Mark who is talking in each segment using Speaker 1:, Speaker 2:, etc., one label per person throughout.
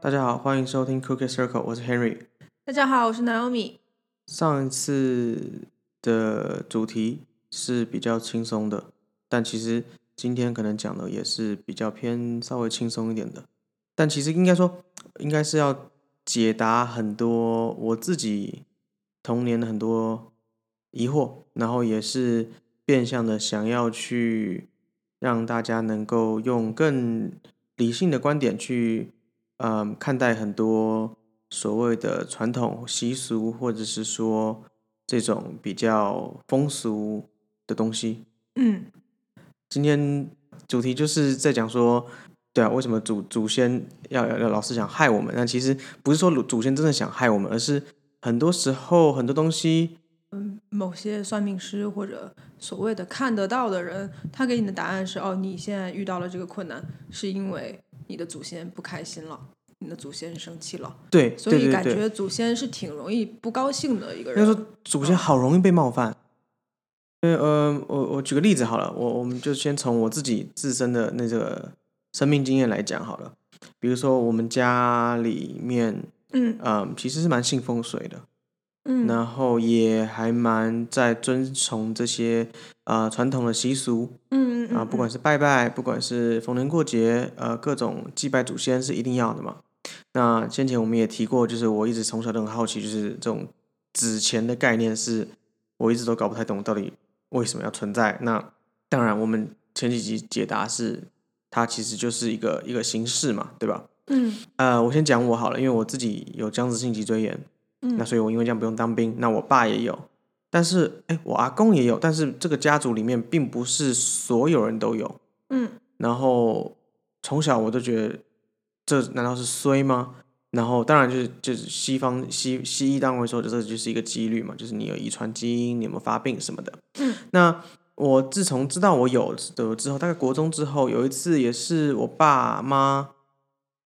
Speaker 1: 大家好，欢迎收听 Cookie Circle，我是 Henry。
Speaker 2: 大家好，我是 Naomi。
Speaker 1: 上一次的主题是比较轻松的，但其实今天可能讲的也是比较偏稍微轻松一点的。但其实应该说，应该是要解答很多我自己童年的很多疑惑，然后也是变相的想要去让大家能够用更理性的观点去，嗯，看待很多所谓的传统习俗，或者是说这种比较风俗的东西。
Speaker 2: 嗯，
Speaker 1: 今天主题就是在讲说，对啊，为什么祖祖先要要要老是想害我们？但其实不是说祖祖先真的想害我们，而是很多时候很多东西，
Speaker 2: 某些算命师或者所谓的看得到的人，他给你的答案是：哦，你现在遇到了这个困难，是因为你的祖先不开心了，你的祖先生气了，
Speaker 1: 对，
Speaker 2: 所以
Speaker 1: 对
Speaker 2: 感
Speaker 1: 对对，
Speaker 2: 觉祖先是挺容易不高兴的一个
Speaker 1: 应该
Speaker 2: 人。
Speaker 1: 说祖先好容易被冒犯。因为呃，我我举个例子好了，我我们就先从我自己自身的那个生命经验来讲好了。比如说我们家里面，
Speaker 2: 嗯
Speaker 1: 嗯，其实是蛮信风水的，
Speaker 2: 嗯
Speaker 1: 然后也还蛮在遵从这些呃传统的习俗
Speaker 2: 嗯嗯
Speaker 1: 啊、不管是拜拜，不管是逢年过节，呃，各种祭拜祖先是一定要的嘛。那先前我们也提过，就是我一直从小都很好奇，就是这种纸钱的概念是，我一直都搞不太懂到底为什么要存在。那当然，我们前几集解答是它其实就是一个一个形式嘛，对吧？
Speaker 2: 嗯
Speaker 1: 呃，我先讲我好了，因为我自己有僵直性脊椎炎，
Speaker 2: 嗯
Speaker 1: 那所以我因为这样不用当兵。那我爸也有，但是哎，我阿公也有，但是这个家族里面并不是所有人都有。
Speaker 2: 嗯
Speaker 1: 然后从小我都觉得这难道是衰吗？然后当然就是就是西方西西医单位说的这就是一个几率嘛，就是你有遗传基因，你有没有发病什么的。
Speaker 2: 嗯，
Speaker 1: 那我自从知道我有的之后，大概国中之后，有一次也是我爸妈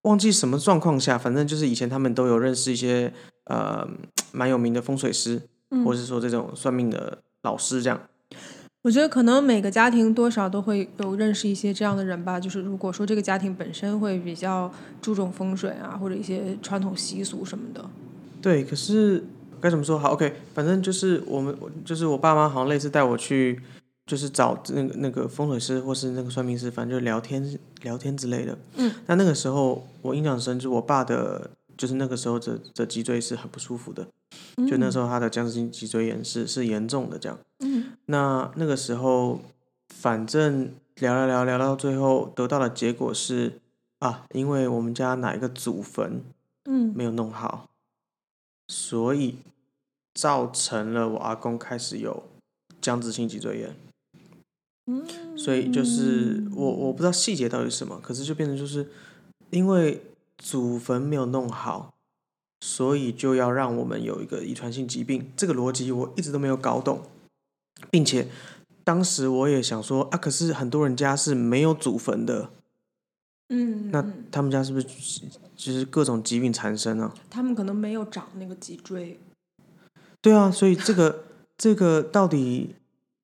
Speaker 1: 忘记什么状况下，反正就是以前他们都有认识一些呃蛮有名的风水师，
Speaker 2: 嗯，
Speaker 1: 或是说这种算命的老师这样。
Speaker 2: 我觉得可能每个家庭多少都会有认识一些这样的人吧。就是如果说这个家庭本身会比较注重风水啊，或者一些传统习俗什么的。
Speaker 1: 对，可是该怎么说好？OK，反正就是我们，我就是我爸妈好像类似带我去，就是找那个那个风水师或是那个算命师，反正就聊天聊天之类的。
Speaker 2: 嗯，
Speaker 1: 那那个时候我印象很深，就是我爸的，就是那个时候的的脊椎是很不舒服的，就那时候他的僵直性脊椎炎是是严重的这样。
Speaker 2: 嗯
Speaker 1: 那那个时候，反正聊聊聊聊到最后得到的结果是啊，因为我们家哪一个祖坟
Speaker 2: 嗯
Speaker 1: 没有弄好，所以造成了我阿公开始有僵直性脊椎炎。
Speaker 2: 嗯，
Speaker 1: 所以就是我我不知道细节到底是什么，可是就变成就是因为祖坟没有弄好，所以就要让我们有一个遗传性疾病。这个逻辑我一直都没有搞懂，并且当时我也想说啊，可是很多人家是没有祖坟的，
Speaker 2: 嗯，
Speaker 1: 那
Speaker 2: 嗯
Speaker 1: 他们家是不是就是各种疾病缠身啊？
Speaker 2: 他们可能没有长那个脊椎，
Speaker 1: 对啊，所以这个这个到底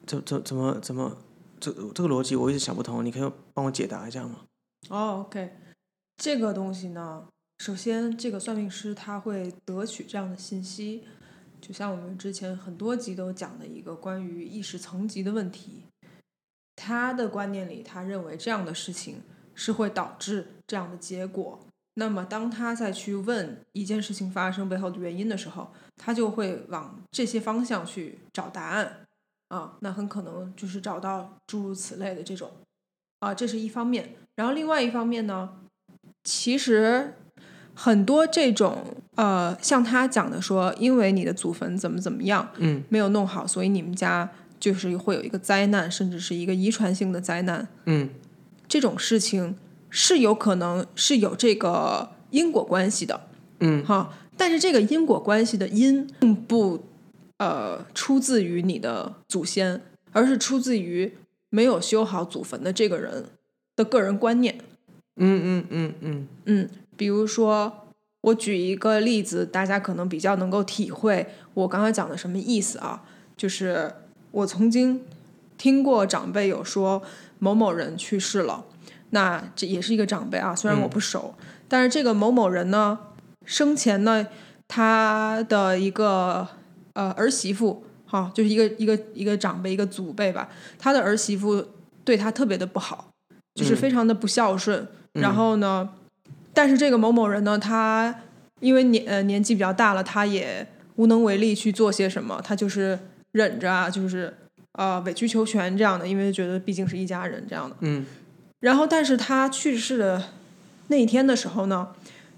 Speaker 1: 怎怎怎么怎么这这个逻辑我一直想不通，你可以帮我解答一下吗？
Speaker 2: 哦，OK，这个东西呢，首先这个算命师他会得取这样的信息，就像我们之前很多集都讲的一个关于意识层级的问题。他的观念里，他认为这样的事情是会导致这样的结果。那么，当他再去问一件事情发生背后的原因的时候，他就会往这些方向去找答案啊，那很可能就是找到诸如此类的这种啊，这是一方面。然后另外一方面呢，其实很多这种呃，像他讲的说，因为你的祖坟怎么怎么样
Speaker 1: 嗯，
Speaker 2: 没有弄好，所以你们家就是会有一个灾难，甚至是一个遗传性的灾难。
Speaker 1: 嗯，
Speaker 2: 这种事情是有可能是有这个因果关系的。
Speaker 1: 嗯，
Speaker 2: 哈，但是这个因果关系的因并不呃出自于你的祖先，而是出自于没有修好祖坟的这个人的个人观念。
Speaker 1: 嗯嗯嗯嗯，
Speaker 2: 嗯，比如说，我举一个例子，大家可能比较能够体会我刚刚讲的什么意思啊。就是我曾经听过长辈有说某某人去世了，那这也是一个长辈啊，虽然我不熟，但是这个某某人呢，生前呢，他的一个呃儿媳妇，哈、就是一个一个一个长辈，一个祖辈吧，他的儿媳妇对他特别的不好，就是
Speaker 1: 嗯
Speaker 2: 非常的不孝顺，然
Speaker 1: 嗯
Speaker 2: 后呢，但是这个某某人呢，他因为年呃年纪比较大了，他也无能为力去做些什么，他就是忍着啊，就是呃委曲求全这样的，因为觉得毕竟是一家人这样的。
Speaker 1: 嗯
Speaker 2: 然后，但是他去世的那一天的时候呢，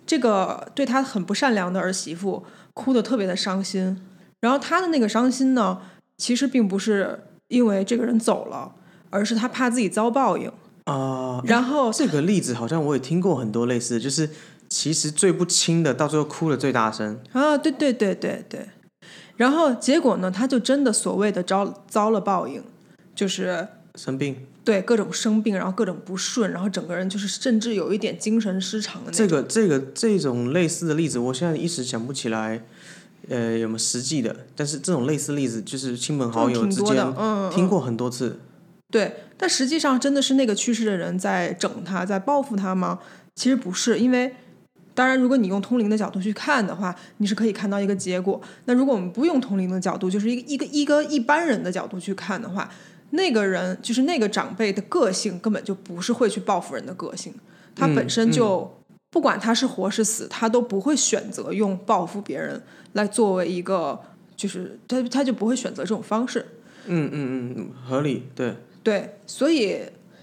Speaker 2: 这个对他很不善良的儿媳妇哭得特别的伤心。然后他的那个伤心呢，其实并不是因为这个人走了，而是他怕自己遭报应。
Speaker 1: 啊，
Speaker 2: 然后
Speaker 1: 这个例子好像我也听过很多类似的，就是其实最不亲的，到最后哭的最大声。
Speaker 2: 啊，对对对对对。然后结果呢，他就真的所谓的遭遭了报应，就是
Speaker 1: 生病，
Speaker 2: 对各种生病，然后各种不顺，然后整个人就是甚至有一点精神失常的那
Speaker 1: 这
Speaker 2: 种。
Speaker 1: 个这个这种类似的例子，我现在一时想不起来，呃，有没有实际的？但是这种类似例子，就是亲朋好
Speaker 2: 这
Speaker 1: 友
Speaker 2: 种
Speaker 1: 之
Speaker 2: 挺多的
Speaker 1: 间，
Speaker 2: 嗯，
Speaker 1: 听
Speaker 2: 嗯
Speaker 1: 过很多次。
Speaker 2: 对，但实际上真的是那个去世的人在整他，在报复他吗？其实不是，因为当然，如果你用通灵的角度去看的话，你是可以看到一个结果。那如果我们不用通灵的角度，就是一个一个一个一般人的角度去看的话，那个人就是那个长辈的个性根本就不是会去报复人的个性，他
Speaker 1: 嗯
Speaker 2: 本身
Speaker 1: 嗯
Speaker 2: 就、不管他是活是死，他都不会选择用报复别人来作为一个，就是他他就不会选择这种方式。
Speaker 1: 嗯嗯嗯，合理，对
Speaker 2: 对，所以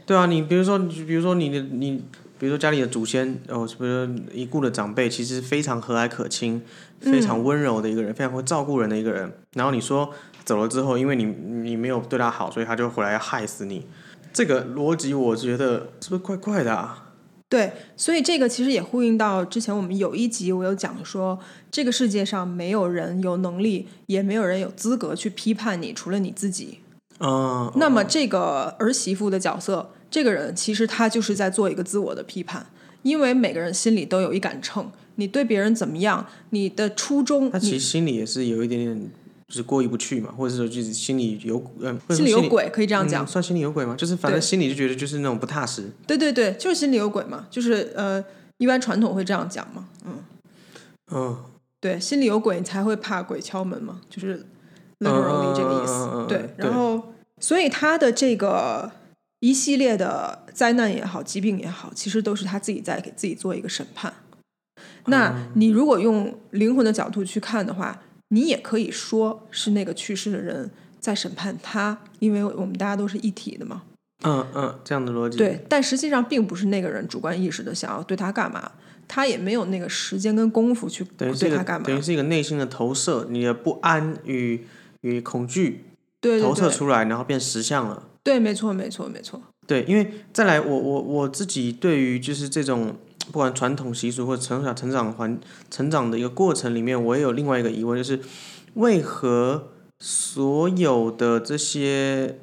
Speaker 1: 对啊，你比如说，比如说你的你，比如说家里的祖先，哦，比如说已故的长辈，其实非常和蔼可亲，非
Speaker 2: 嗯
Speaker 1: 常温柔的一个人，非常会照顾人的一个人。然后你说走了之后，因为你你没有对他好，所以他就回来要害死你。这个逻辑我觉得是不是怪怪的啊？
Speaker 2: 对，所以这个其实也呼应到之前我们有一集我有讲说，这个世界上没有人有能力，也没有人有资格去批判你，除了你自己。
Speaker 1: 嗯，
Speaker 2: 那么这个儿媳妇的角色，这个人其实她就是在做一个自我的批判，因为每个人心里都有一杆秤，你对别人怎么样，你的初衷，
Speaker 1: 哦他其
Speaker 2: 你
Speaker 1: 实心里也是有一点点，就是过意不去嘛，或者说就是心里有嗯，或者说
Speaker 2: 心里有鬼，可以这
Speaker 1: 嗯
Speaker 2: 样讲。
Speaker 1: 算心里有鬼吗？就是反正
Speaker 2: 对
Speaker 1: 心里就觉得就是那种不踏实。
Speaker 2: 对对对，就是心里有鬼嘛，就是呃，一般传统会这样讲嘛，嗯。
Speaker 1: 嗯，
Speaker 2: 对，心里有鬼，你才会怕鬼敲门嘛，就是 literally 这个意思。
Speaker 1: 嗯嗯嗯嗯嗯
Speaker 2: 对，
Speaker 1: 对
Speaker 2: 然后所以他的这个一系列的灾难也好，疾病也好，其实都是他自己在给自己做一个审判。那你如果用灵魂的角度去看的话，你也可以说是那个去世的人在审判他，因为我们大家都是一体的嘛。
Speaker 1: 嗯嗯，这样的逻辑。
Speaker 2: 对，但实际上并不是那个人主观意识的想要对他干嘛，他也没有那个时间跟功夫去
Speaker 1: 等于是一
Speaker 2: 对
Speaker 1: 个
Speaker 2: 他干嘛。
Speaker 1: 等于是一个内心的投射，你的不安与与恐惧
Speaker 2: 对对
Speaker 1: 投射
Speaker 2: 对，
Speaker 1: 出来，然后变实相了。
Speaker 2: 对，没错，没错，没错。
Speaker 1: 对，因为再来我，我我自己对于就是这种不管传统习俗或成长成长环成长的一个过程里面，我也有另外一个疑问，就是为何所有的这些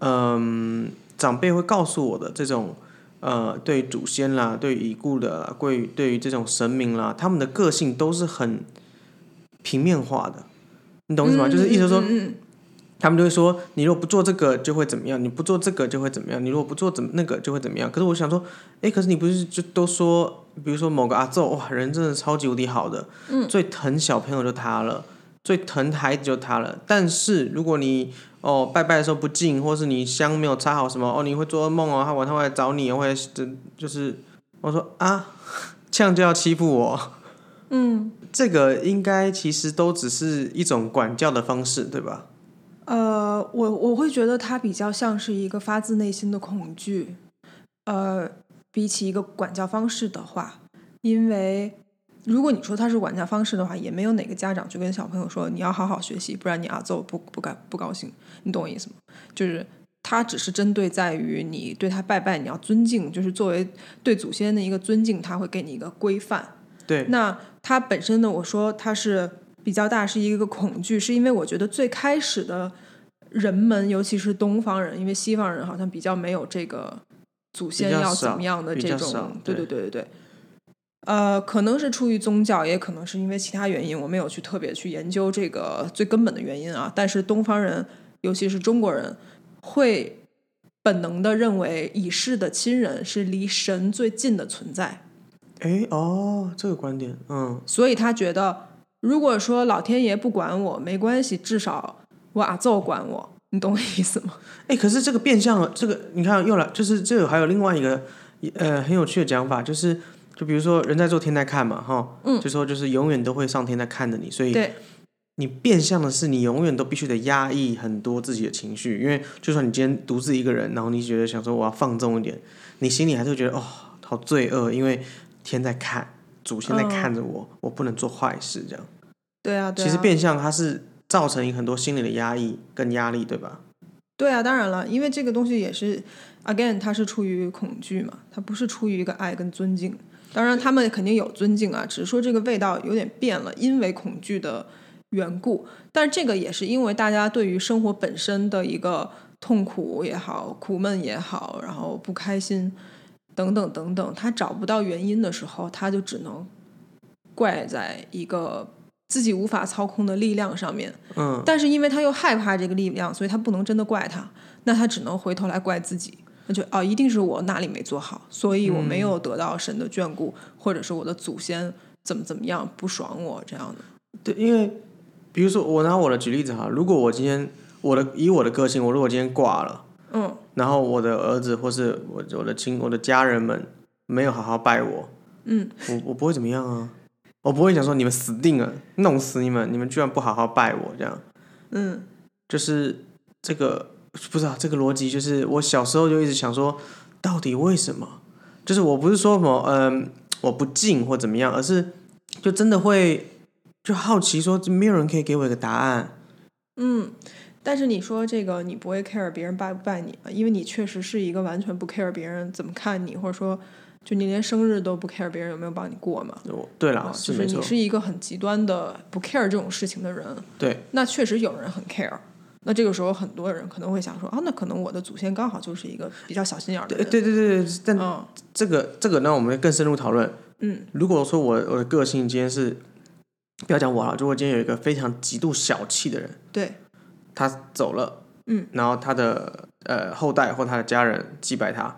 Speaker 1: 嗯长辈会告诉我的这种呃对于祖先啦、对于已故的啦、对于对于这种神明啦，他们的个性都是很平面化的，你懂我意思吗？就是意思说
Speaker 2: 嗯，嗯嗯
Speaker 1: 他们就会说，你如果不做这个就会怎么样，你不做这个就会怎么样，你如果不做怎么那个就会怎么样。可是我想说，哎，可是你不是就都说，比如说某个阿昼，哇，人真的超级无敌好的，嗯，最疼小朋友就他了，最疼孩子就他了。但是如果你哦拜拜的时候不敬，或是你香没有插好什么，哦，你会做噩梦哦，他晚上会来找你，会这就是我说啊， 这样就要欺负我，
Speaker 2: 嗯
Speaker 1: 这个应该其实都只是一种管教的方式，对吧？
Speaker 2: 呃，我我会觉得他比较像是一个发自内心的恐惧，呃，比起一个管教方式的话，因为如果你说他是管教方式的话，也没有哪个家长去跟小朋友说你要好好学习，不然你阿揍不不敢不高兴，你懂我意思吗？就是他只是针对在于你对他拜拜，你要尊敬，就是作为对祖先的一个尊敬，他会给你一个规范。
Speaker 1: 对，
Speaker 2: 那它本身呢，我说它是比较大，是一个恐惧，是因为我觉得最开始的人们，尤其是东方人，因为西方人好像比较没有这个祖先
Speaker 1: 比较
Speaker 2: 要怎
Speaker 1: 少
Speaker 2: 么样的
Speaker 1: 比
Speaker 2: 这
Speaker 1: 较
Speaker 2: 种
Speaker 1: 少，
Speaker 2: 对对
Speaker 1: 对
Speaker 2: 对对对。呃，可能是出于宗教，也可能是因为其他原因，我没有去特别去研究这个最根本的原因啊。但是东方人，尤其是中国人，会本能的认为已逝的亲人是离神最近的存在，
Speaker 1: 哎哦，这个观点，嗯，
Speaker 2: 所以他觉得，如果说老天爷不管我没关系，至少我阿奏管我，你懂我意思吗？
Speaker 1: 哎，可是这个变相，这个你看又来，就是这个还有另外一个呃很有趣的讲法，就是就比如说人在做天在看嘛，哈，
Speaker 2: 嗯
Speaker 1: 就说就是永远都会上天在看着你，所以
Speaker 2: 对
Speaker 1: 你变相的是，你永远都必须得压抑很多自己的情绪，因为就算你今天独自一个人，然后你觉得想说我要放纵一点，你心里还是会觉得哦，好罪恶，因为天在看，祖先在看着我，我不能做坏事，这样。
Speaker 2: 对啊，嗯对啊
Speaker 1: 其实变相它是造成很多心理的压抑跟压力，对吧？
Speaker 2: 对啊，当然了，因为这个东西也是，again，它是出于恐惧嘛，它不是出于一个爱跟尊敬。当然，他们肯定有尊敬啊，只是说这个味道有点变了，因为恐惧的缘故。但这个也是因为大家对于生活本身的一个痛苦也好、苦闷也好，然后不开心等等等等，他找不到原因的时候，他就只能怪在一个自己无法操控的力量上面。
Speaker 1: 嗯，
Speaker 2: 但是因为他又害怕这个力量，所以他不能真的怪他，那他只能回头来怪自己。那就哦，一定是我哪里没做好，所以
Speaker 1: 嗯
Speaker 2: 我没有得到神的眷顾，或者是我的祖先怎么怎么样不爽我这样的。
Speaker 1: 对，因为比如说我拿我的举例子哈，如果我今天我的以我的个性，我如果今天挂了，
Speaker 2: 嗯，
Speaker 1: 然后我的儿子或是我我的亲我的家人们没有好好拜我，
Speaker 2: 嗯，
Speaker 1: 我我不会怎么样啊，我不会想说你们死定了，弄死你们，你们居然不好好拜我这样，
Speaker 2: 嗯，
Speaker 1: 就是这个不知道、这个逻辑，就是我小时候就一直想说，到底为什么？就是我不是说什么嗯、我不敬或怎么样，而是就真的会就好奇说，没有人可以给我一个答案，
Speaker 2: 嗯，但是你说这个，你不会 care 别人拜不拜你吗？因为你确实是一个完全不 care 别人怎么看你，或者说，就你连生日都不 care 别人有没有帮你过嘛。
Speaker 1: 我对啦，
Speaker 2: 啊，
Speaker 1: 是
Speaker 2: 就
Speaker 1: 没
Speaker 2: 是你
Speaker 1: 错，
Speaker 2: 是一个很极端的不 care 这种事情的人。
Speaker 1: 对，
Speaker 2: 那确实有人很 care。那这个时候，很多人可能会想说，啊，那可能我的祖先刚好就是一个比较小心眼儿的
Speaker 1: 呃对
Speaker 2: 人。
Speaker 1: 对对对，但
Speaker 2: 嗯
Speaker 1: 这个这个，那我们更深入讨论。
Speaker 2: 嗯
Speaker 1: 如果说我我的个性今天是，不要讲我了，如果今天有一个非常极度小气的人，
Speaker 2: 对，
Speaker 1: 他走了，
Speaker 2: 嗯，
Speaker 1: 然后他的呃后代或他的家人祭拜他，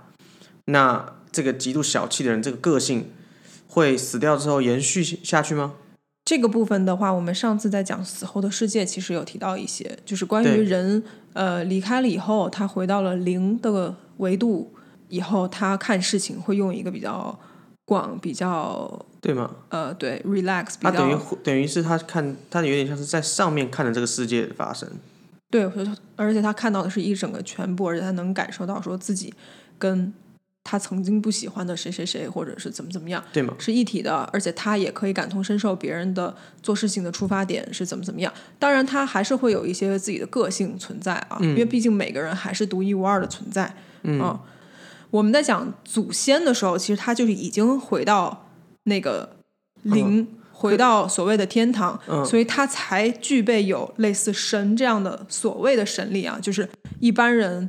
Speaker 1: 那这个极度小气的人，这个个性会死掉之后延续下去吗？
Speaker 2: 这个部分的话，我们上次在讲死后的世界，其实有提到一些，就是关于
Speaker 1: 对
Speaker 2: 人呃离开了以后，他回到了零的维度以后，他看事情会用一个比较广、比较
Speaker 1: 对吗？
Speaker 2: 呃对 relax 比
Speaker 1: 他等于
Speaker 2: 较
Speaker 1: 等于是他看他有点像是在上面看着这个世界发生，
Speaker 2: 对，我觉得而且他看到的是一整个全部，而且他能感受到说自己跟他曾经不喜欢的谁谁谁，或者是怎么怎么样
Speaker 1: 对吗？
Speaker 2: 是一体的，而且他也可以感同身受别人的做事情的出发点是怎么怎么样。当然，他还是会有一些自己的个性存在啊，因为毕竟每个人还是独一无二的存在。嗯、我们在讲祖先的时候，其实他就是已经回到那个灵。回到所谓的天堂，
Speaker 1: 嗯
Speaker 2: 所以他才具备有类似神这样的所谓的神力啊，就是一般人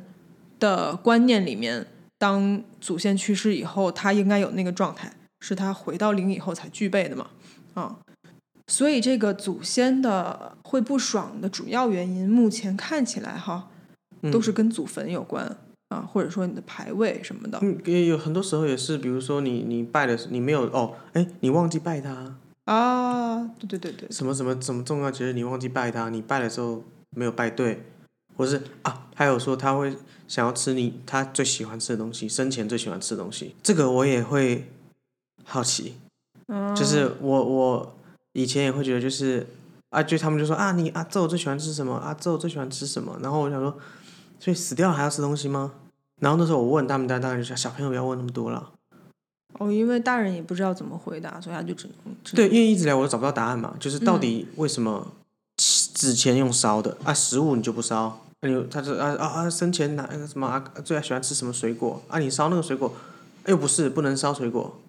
Speaker 2: 的观念里面，当祖先去世以后，他应该有那个状态，是他回到灵以后才具备的嘛，啊，所以这个祖先的会不爽的主要原因，目前看起来哈，
Speaker 1: 嗯
Speaker 2: 都是跟祖坟有关啊，或者说你的牌位什么的，
Speaker 1: 嗯，也有很多时候也是，比如说你你拜的时你没有哦，哎，你忘记拜他，
Speaker 2: 啊，对对对对，
Speaker 1: 什么什么什么重要节日你忘记拜他，你拜的时候没有拜对，或是啊，还有说他会想要吃你他最喜欢吃的东西，生前最喜欢吃的东西，这个我也会好奇，
Speaker 2: 嗯
Speaker 1: 就是我我以前也会觉得就是啊，就他们就说啊你阿宙最喜欢吃什么，阿宙最喜欢吃什么，然后我想说，所以死掉了还要吃东西吗？然后那时候我问他们，大家当然就说小朋友不要问那么多了。
Speaker 2: 哦，因为大人也不知道怎么回答，所以他就只能只
Speaker 1: 对，因为一直来我都找不到答案嘛，就是到底
Speaker 2: 嗯
Speaker 1: 为什么纸钱用烧的啊，食物你就不烧？那你他说啊啊啊，生前拿那个什么啊，最喜欢吃什么水果啊？你烧那个水果，哎又不是不能烧水果，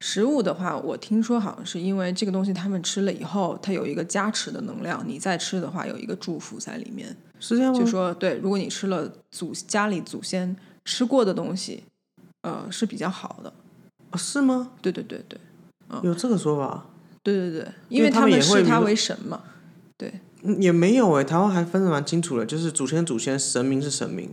Speaker 2: 食物的话，我听说好像是因为这个东西他们吃了以后，它有一个加持的能量，你再吃的话有一个祝福在里面。
Speaker 1: 是这样吗？
Speaker 2: 就说对，如果你吃了祖家里祖先吃过的东西，呃，是比较好的。
Speaker 1: 啊是吗？
Speaker 2: 对对对对
Speaker 1: 有这个说法？
Speaker 2: 对对对，
Speaker 1: 因
Speaker 2: 因
Speaker 1: 为
Speaker 2: 为
Speaker 1: 他
Speaker 2: 他
Speaker 1: 们
Speaker 2: 们
Speaker 1: 也会
Speaker 2: 视它
Speaker 1: 比如
Speaker 2: 为神嘛。对，
Speaker 1: 欸嗯也没有哎、台湾还分得蛮清楚的，就是祖先祖先，神明是神明，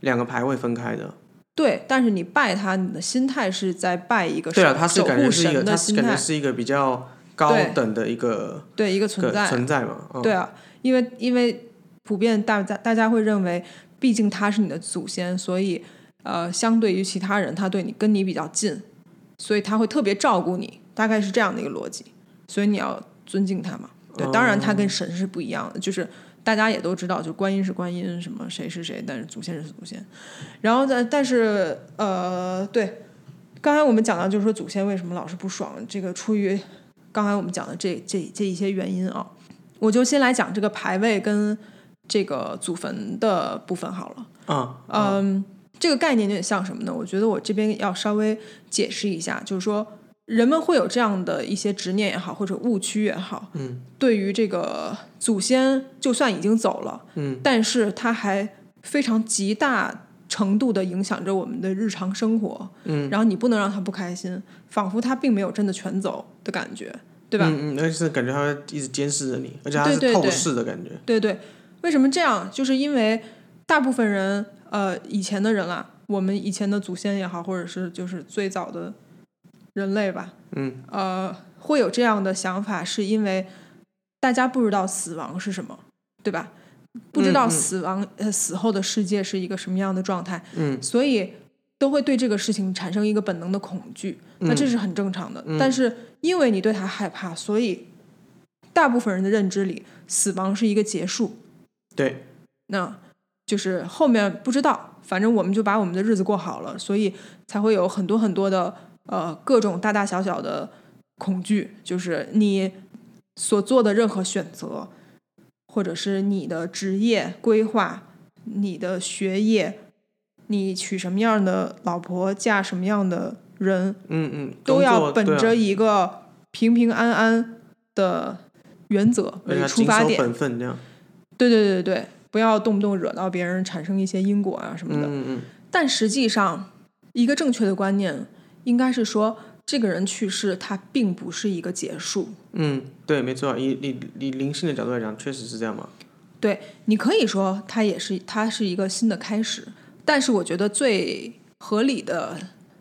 Speaker 1: 两个牌位分开的。
Speaker 2: 对，但是你拜他，你的心态是在拜一个
Speaker 1: 对啊，
Speaker 2: 守
Speaker 1: 它是
Speaker 2: 守
Speaker 1: 感觉
Speaker 2: 护
Speaker 1: 是一个，
Speaker 2: 神的
Speaker 1: 它是
Speaker 2: 心
Speaker 1: 感觉
Speaker 2: 态，
Speaker 1: 是一个比较高
Speaker 2: 对
Speaker 1: 等的一个
Speaker 2: 对一个
Speaker 1: 个
Speaker 2: 存在，
Speaker 1: 存在嘛。嗯、
Speaker 2: 对啊，因为因为普遍大家大家会认为，毕竟他是你的祖先，所以呃，相对于其他人，他对你跟你比较近，所以他会特别照顾你，大概是这样的一个逻辑。所以你要尊敬他嘛。对，当然他跟神是不一样的，就是大家也都知道，就观音是观音，什么谁是谁，但是祖先是祖先。然后但但是呃，对，刚才我们讲到就是说祖先为什么老是不爽，这个出于刚才我们讲的这这这一些原因啊，我就先来讲这个牌位跟这个祖坟的部分好了。
Speaker 1: 啊，
Speaker 2: 嗯，这个概念有点像什么呢？我觉得我这边要稍微解释一下，就是说人们会有这样的一些执念也好，或者误区也好，
Speaker 1: 嗯
Speaker 2: 对于这个祖先，就算已经走了，
Speaker 1: 嗯
Speaker 2: 但是他还非常极大。程度的影响着我们的日常生活，
Speaker 1: 嗯，
Speaker 2: 然后你不能让他不开心，仿佛他并没有真的全走的感觉，对吧？
Speaker 1: 嗯嗯，而且是感觉它会一直监视着你，而且它
Speaker 2: 对
Speaker 1: 是
Speaker 2: 对
Speaker 1: 透
Speaker 2: 对
Speaker 1: 视的感觉。
Speaker 2: 对对，为什么这样？就是因为大部分人，呃，以前的人啦、我们以前的祖先也好，或者是就是最早的人类吧，
Speaker 1: 嗯，
Speaker 2: 呃，会有这样的想法，是因为大家不知道死亡是什么，对吧？不知
Speaker 1: 嗯
Speaker 2: 道
Speaker 1: 嗯
Speaker 2: 死亡、呃死后的世界是一个什么样的状态，
Speaker 1: 嗯，
Speaker 2: 所以都会对这个事情产生一个本能的恐惧，那这
Speaker 1: 嗯
Speaker 2: 是很正常的。
Speaker 1: 嗯
Speaker 2: 但是因为你对他害怕，所以大部分人的认知里，死亡是一个结束，
Speaker 1: 对，
Speaker 2: 那就是后面不知道，反正我们就把我们的日子过好了，所以才会有很多很多的呃各种大大小小的恐惧，就是你所做的任何选择，或者是你的职业规划、你的学业、你娶什么样的老婆、嫁什么样的人，
Speaker 1: 嗯嗯，
Speaker 2: 都
Speaker 1: 工
Speaker 2: 要
Speaker 1: 作
Speaker 2: 本
Speaker 1: 对啊
Speaker 2: 着一个平平安安的原则
Speaker 1: 而
Speaker 2: 为
Speaker 1: 且它
Speaker 2: 出
Speaker 1: 谨
Speaker 2: 发
Speaker 1: 守
Speaker 2: 点。
Speaker 1: 本分这样。
Speaker 2: 对对对对对，不要动不动惹到别人，产生一些因果啊什么
Speaker 1: 嗯
Speaker 2: 的。
Speaker 1: 嗯嗯，
Speaker 2: 但实际上，一个正确的观念应该是说，这个人去世，他并不是一个结束。
Speaker 1: 嗯，对，没错，以以以灵性的角度来讲，确实是这样嘛。
Speaker 2: 对你可以说，他也是，他是一个新的开始。但是我觉得最合理的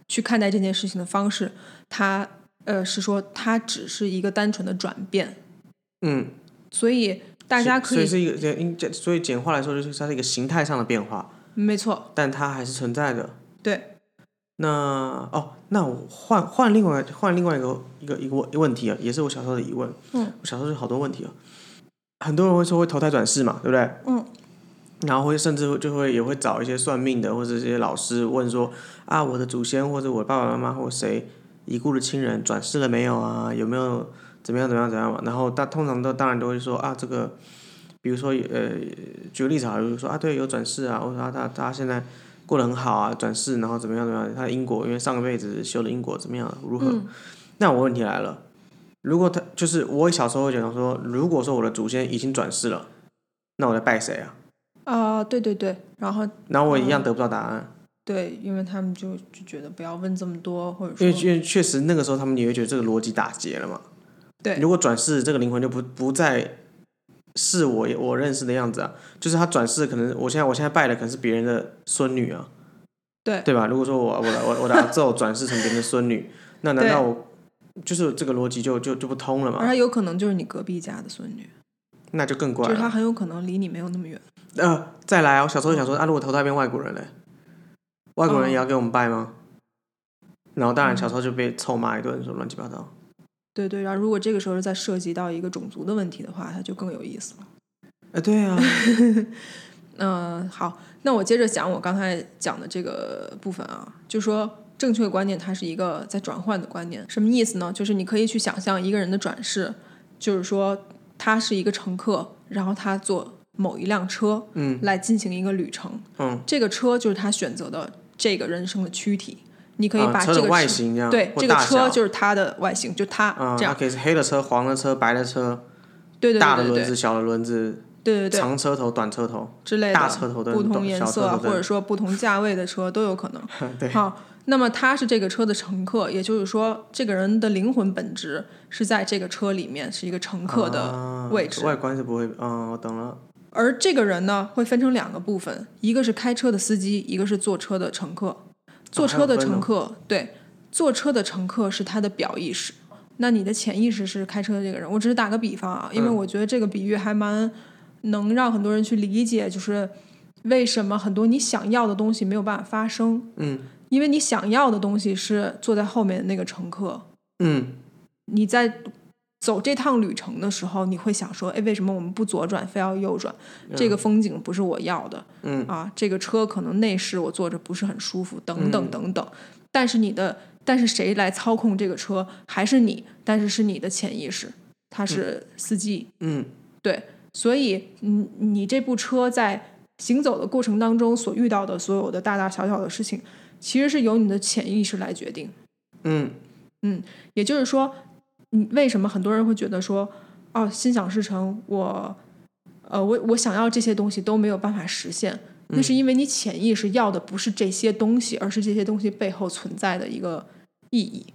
Speaker 2: 去看待这件事情的方式，他呃是说，他只是一个单纯的转变，
Speaker 1: 嗯，
Speaker 2: 所以大家可
Speaker 1: 所以
Speaker 2: 以
Speaker 1: 是一个这因这所以简化来说，就是它是一个形态上的变化，
Speaker 2: 没错，
Speaker 1: 但它还是存在的。
Speaker 2: 对，
Speaker 1: 那哦，那我换换另外换另外一个一个一个问一个问题啊，也是我小时候的疑问。
Speaker 2: 嗯，
Speaker 1: 我小时候有好多问题啊，很多人会说会投胎转世嘛，对不对？
Speaker 2: 嗯，
Speaker 1: 然后会甚至会就会也会找一些算命的或者这些老师问说啊，我的祖先或者我爸爸妈妈或谁已故的亲人转世了没有啊？有没有怎么样怎么样怎么样嘛？然后大通常都当然都会说啊，这个比如说呃，举个例子啊，比如说啊，对，有转世啊，我说啊，他他现在过得很好啊，转世，然后怎么样怎么样，他的因果因为上个辈子修的因果怎么样如何？
Speaker 2: 嗯
Speaker 1: 那我问题来了，如果他就是我小时候会讲说，如果说我的祖先已经转世了，那我在拜谁啊？
Speaker 2: 啊、对对对，然后
Speaker 1: 然后我
Speaker 2: 嗯
Speaker 1: 一样得不到答案，
Speaker 2: 对，因为他们就就觉得不要问这么多，或者
Speaker 1: 因为因
Speaker 2: 说
Speaker 1: 为确实那个时候他们也会觉得这个逻辑打结了嘛。
Speaker 2: 对
Speaker 1: 如果转世这个灵魂就不不再是我我认识的样子啊，就是他转世可能我现在我现在拜的可能是别人的孙女啊，
Speaker 2: 对
Speaker 1: 对吧？如果说我我的我我的阿宙 转世成别人的孙女，那难
Speaker 2: 对
Speaker 1: 道我就是这个逻辑就就就不通了嘛？
Speaker 2: 而他有可能就是你隔壁家的孙女，
Speaker 1: 那就更怪
Speaker 2: 就是
Speaker 1: 了
Speaker 2: 他。很有可能离你没有那么远。
Speaker 1: 呃，再来啊！我小时候想说，啊，如果投胎变外国人嘞，外
Speaker 2: 嗯
Speaker 1: 国人也要给我们拜吗？然后当然小时候就被臭骂一顿，说乱七八糟。
Speaker 2: 对对，然后如果这个时候再涉及到一个种族的问题的话，它就更有意思了。 呃
Speaker 1: 哎，对啊，
Speaker 2: 嗯、好，那我接着讲我刚才讲的这个部分啊，就说正确观念它是一个在转换的观念，什么意思呢？就是你可以去想象一个人的转世，就是说他是一个乘客，然后他坐某一辆车
Speaker 1: 嗯
Speaker 2: 来进行一个旅程，
Speaker 1: 嗯，
Speaker 2: 这个车就是他选择的这个人生的躯体，你可以
Speaker 1: 啊
Speaker 2: 把
Speaker 1: 车
Speaker 2: 这
Speaker 1: 的
Speaker 2: 个
Speaker 1: 外
Speaker 2: 车
Speaker 1: 形这样，
Speaker 2: 对
Speaker 1: 或
Speaker 2: 这个
Speaker 1: 大
Speaker 2: 车
Speaker 1: 小
Speaker 2: 就是它的外形，就它、
Speaker 1: 啊，
Speaker 2: 这
Speaker 1: 它
Speaker 2: 样，
Speaker 1: 可以是黑的车、黄的车、白的车，
Speaker 2: 对对对
Speaker 1: 大的
Speaker 2: 对
Speaker 1: 轮
Speaker 2: 对
Speaker 1: 子、小的轮子，
Speaker 2: 对对对
Speaker 1: 长车头、短车头，
Speaker 2: 之类的
Speaker 1: 大车头灯
Speaker 2: 不同颜
Speaker 1: 小车
Speaker 2: 色啊
Speaker 1: 头灯
Speaker 2: 或者说不同价位的车都有可能。
Speaker 1: 对，
Speaker 2: 好，那么他是这个车的乘客，也就是说，这个人的灵魂本质是在这个车里面，是一个乘客的
Speaker 1: 啊
Speaker 2: 位置
Speaker 1: 外观是不会，嗯，我懂了，
Speaker 2: 而这个人呢，会分成两个部分，一个是开车的司机，一个是坐车的乘客。坐车的乘客，对，坐车的乘客是他的表意识，那你的潜意识是开车的这个人。我只是打个比方啊，因为
Speaker 1: 嗯
Speaker 2: 我觉得这个比喻还蛮能让很多人去理解，就是为什么很多你想要的东西没有办法发生，
Speaker 1: 嗯
Speaker 2: 因为你想要的东西是坐在后面的那个乘客，
Speaker 1: 嗯
Speaker 2: 你在走这趟旅程的时候，你会想说，哎，为什么我们不左转，非要右转？这个风景不是我要的，
Speaker 1: 嗯
Speaker 2: 啊，这个车可能内饰我坐着不是很舒服，等等等等。但是你的，但是谁来操控这个车？还是你，但是是你的潜意识，他是司机，
Speaker 1: 嗯
Speaker 2: 对，所以你你这部车在行走的过程当中所遇到的所有的大大小小的事情，其实是由你的潜意识来决定。
Speaker 1: 嗯
Speaker 2: 也就是说，嗯，为什么很多人会觉得说，哦，心想事成，我，呃，我我想要这些东西都没有办法实现，那是因为你潜意识要的不是这些东西，而是这些东西背后存在的一个意义。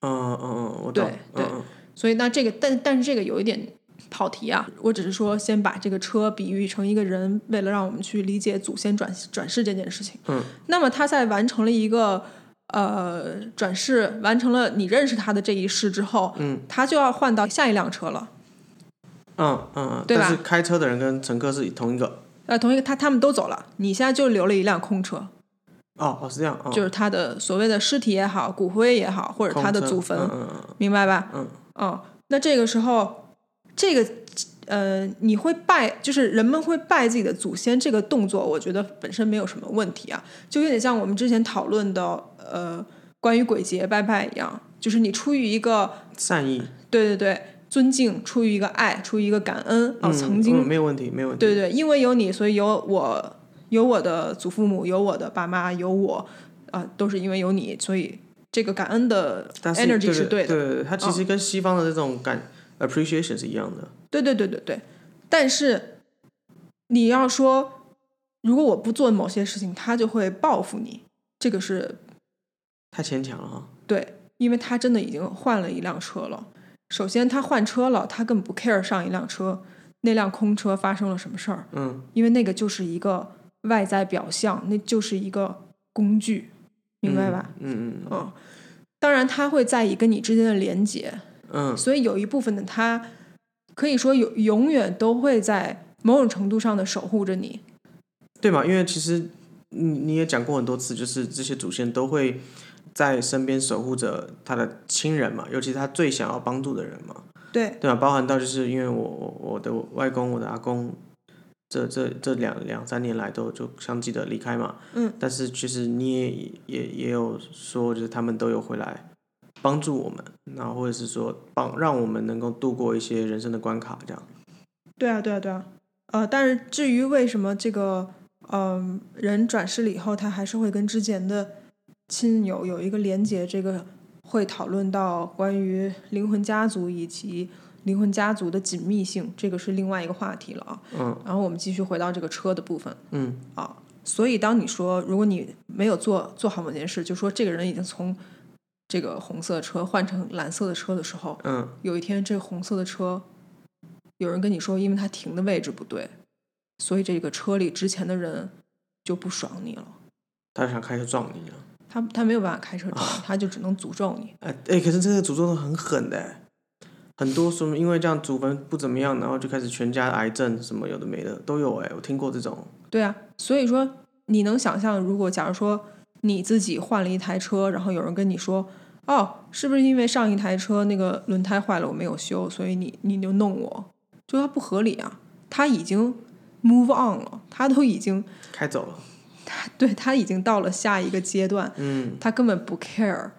Speaker 1: 嗯嗯嗯，我懂。
Speaker 2: 对对
Speaker 1: 嗯
Speaker 2: 所以那这个，但但是这个有一点跑题啊。我只是说，先把这个车比喻成一个人，为了让我们去理解祖先转转世这件事情。
Speaker 1: 嗯，
Speaker 2: 那么他在完成了一个呃转世，完成了你认识他的这一世之后，
Speaker 1: 嗯，
Speaker 2: 他就要换到下一辆车了。
Speaker 1: 嗯嗯嗯，
Speaker 2: 对吧
Speaker 1: 但是开车的人跟乘客是同一个。
Speaker 2: 呃，同一个他他们都走了，你现在就留了一辆空车，
Speaker 1: 哦哦，是这样。哦、
Speaker 2: 就是他的所谓的尸体也好，骨灰也好，或者他的
Speaker 1: 空车
Speaker 2: 祖坟，
Speaker 1: 嗯嗯嗯
Speaker 2: 明白吧？
Speaker 1: 嗯，
Speaker 2: 哦，那这个时候，这个呃，你会拜，就是人们会拜自己的祖先，这个动作，我觉得本身没有什么问题啊，就有点像我们之前讨论的呃，关于鬼节拜拜一样，就是你出于一个
Speaker 1: 善意。
Speaker 2: 对对对尊敬，出于一个爱，出于一个感恩哦，
Speaker 1: 嗯
Speaker 2: 曾经
Speaker 1: 嗯没有问题，没有问题。
Speaker 2: 对对，因为有你，所以有我，有我的祖父母，有我的爸妈，有我，啊、都是因为有你，所以这个感恩的
Speaker 1: 但是
Speaker 2: energy
Speaker 1: 对
Speaker 2: 是
Speaker 1: 对
Speaker 2: 对的。嗯
Speaker 1: 对对，它其实跟西方的这种感、appreciation 是一样的。
Speaker 2: 对对对对对。但是你要说，如果我不做某些事情，他就会报复你，这个是
Speaker 1: 太牵强了哈。
Speaker 2: 对，因为他真的已经换了一辆车了。首先，他换车了，他更不 care 上一辆车那辆空车发生了什么事儿，
Speaker 1: 嗯
Speaker 2: 因为那个就是一个外在表象，那就是一个工具，明白吧？？
Speaker 1: 嗯嗯
Speaker 2: 嗯，当然他会在意跟你之间的连接，
Speaker 1: 嗯
Speaker 2: 所以有一部分的他，可以说永永远都会在某种程度上的守护着你。
Speaker 1: 对嘛？因为其实你你也讲过很多次，就是这些祖先都会在身边守护着他的亲人嘛，尤其是他最想要帮助的人嘛，
Speaker 2: 对，
Speaker 1: 对吧？包含到就是因为我我我的外公、我的阿公，这这这两两三年来都就相继的离开嘛，
Speaker 2: 嗯，
Speaker 1: 但是其实你也也也有说，就是他们都有回来帮助我们，然后或者是说帮让我们能够度过一些人生的关卡，这样，
Speaker 2: 对啊，对啊，对啊。呃，但是至于为什么这个，嗯、人转世了以后，他还是会跟之前的亲友有一个连接，这个会讨论到关于灵魂家族以及灵魂家族的紧密性，这个是另外一个话题了啊。
Speaker 1: 嗯
Speaker 2: 然后我们继续回到这个车的部分。
Speaker 1: 嗯
Speaker 2: 啊。所以，当你说如果你没有做做好某件事，就说这个人已经从这个红色车换成蓝色的车的时候，
Speaker 1: 嗯
Speaker 2: 有一天这个红色的车，有人跟你说，因为他停的位置不对，所以这个车里之前的人就不爽你了。
Speaker 1: 他想开车撞你了。
Speaker 2: 他他没有办法开车撞你，他就只能诅咒你。
Speaker 1: 哎哎，可是这个诅咒都很狠的欸，很多说因为这样祖坟不怎么样，然后就开始全家癌症什么有的没的都有哎，我听过这种，
Speaker 2: 对啊，所以说你能想象，如果假如说你自己换了一台车，然后有人跟你说，哦，是不是因为上一台车那个轮胎坏了，我没有修，所以你你就弄我，就它不合理啊，他已经 move on 了，他都已经
Speaker 1: 开走了，
Speaker 2: 对他已经到了下一个阶段，
Speaker 1: 嗯
Speaker 2: 他根本不 care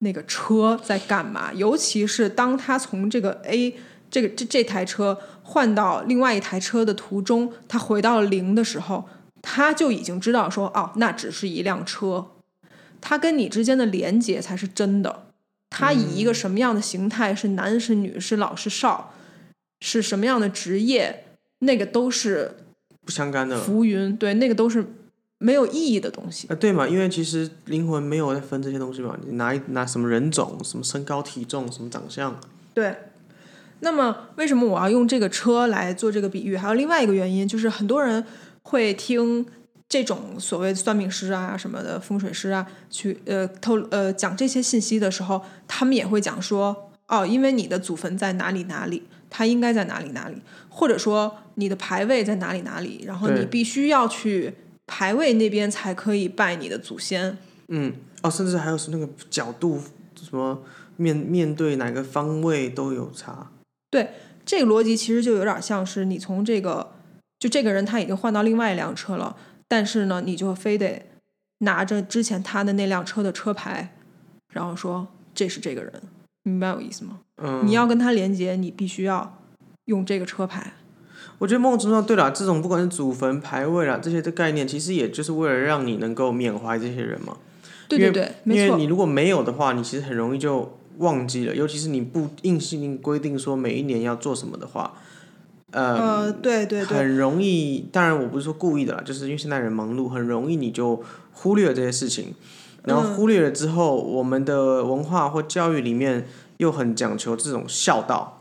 Speaker 2: 那个车在干嘛，尤其是当他从这个 A 这个这这台车换到另外一台车的途中，他回到零的时候，他就已经知道说，哦，那只是一辆车，他跟你之间的连接才是真的。他以一个什么样的形态，是男是女，是老是少，是什么样的职业，那个都是
Speaker 1: 不相干的了，
Speaker 2: 浮云，对，那个都是没有意义的东西。
Speaker 1: 啊对嘛，因为其实灵魂没有在分这些东西嘛，你拿一拿什么人种、什么身高体重、什么长相，
Speaker 2: 对，那么，为什么我要用这个车来做这个比喻？还有另外一个原因，就是很多人会听这种所谓算命师啊、什么的风水师啊，去呃透呃讲这些信息的时候，他们也会讲说，哦，因为你的祖坟在哪里哪里，它应该在哪里哪里，或者说你的牌位在哪里哪里，然后
Speaker 1: 对
Speaker 2: 你必须要去牌位那边才可以拜你的祖先。
Speaker 1: 嗯，哦，甚至还有是那个角度，什么面面对哪个方位都有差。
Speaker 2: 这个逻辑其实就有点像是你从这个，就这个人他已经换到另外一辆车了，但是呢，你就非得拿着之前他的那辆车的车牌，然后说这是这个人，明白我意思吗？
Speaker 1: 嗯，
Speaker 2: 你要跟他连接，你必须要用这个车牌。
Speaker 1: 我觉得某种程度上对啦，这种不管是祖坟、牌位啦这些的概念，其实也就是为了让你能够缅怀这些人嘛。
Speaker 2: 对对对，
Speaker 1: 因
Speaker 2: 没
Speaker 1: 为
Speaker 2: 错
Speaker 1: 你。如果没有的话，你其实很容易就忘记了，尤其是你不硬性规定说每一年要做什么的话，呃，
Speaker 2: 呃，对对对，
Speaker 1: 很容易。当然，我不是说故意的啦，就是因为现在人忙碌，很容易你就忽略了这些事情。然后忽略了之后，我们的文化或教育里面又很讲求这种孝道。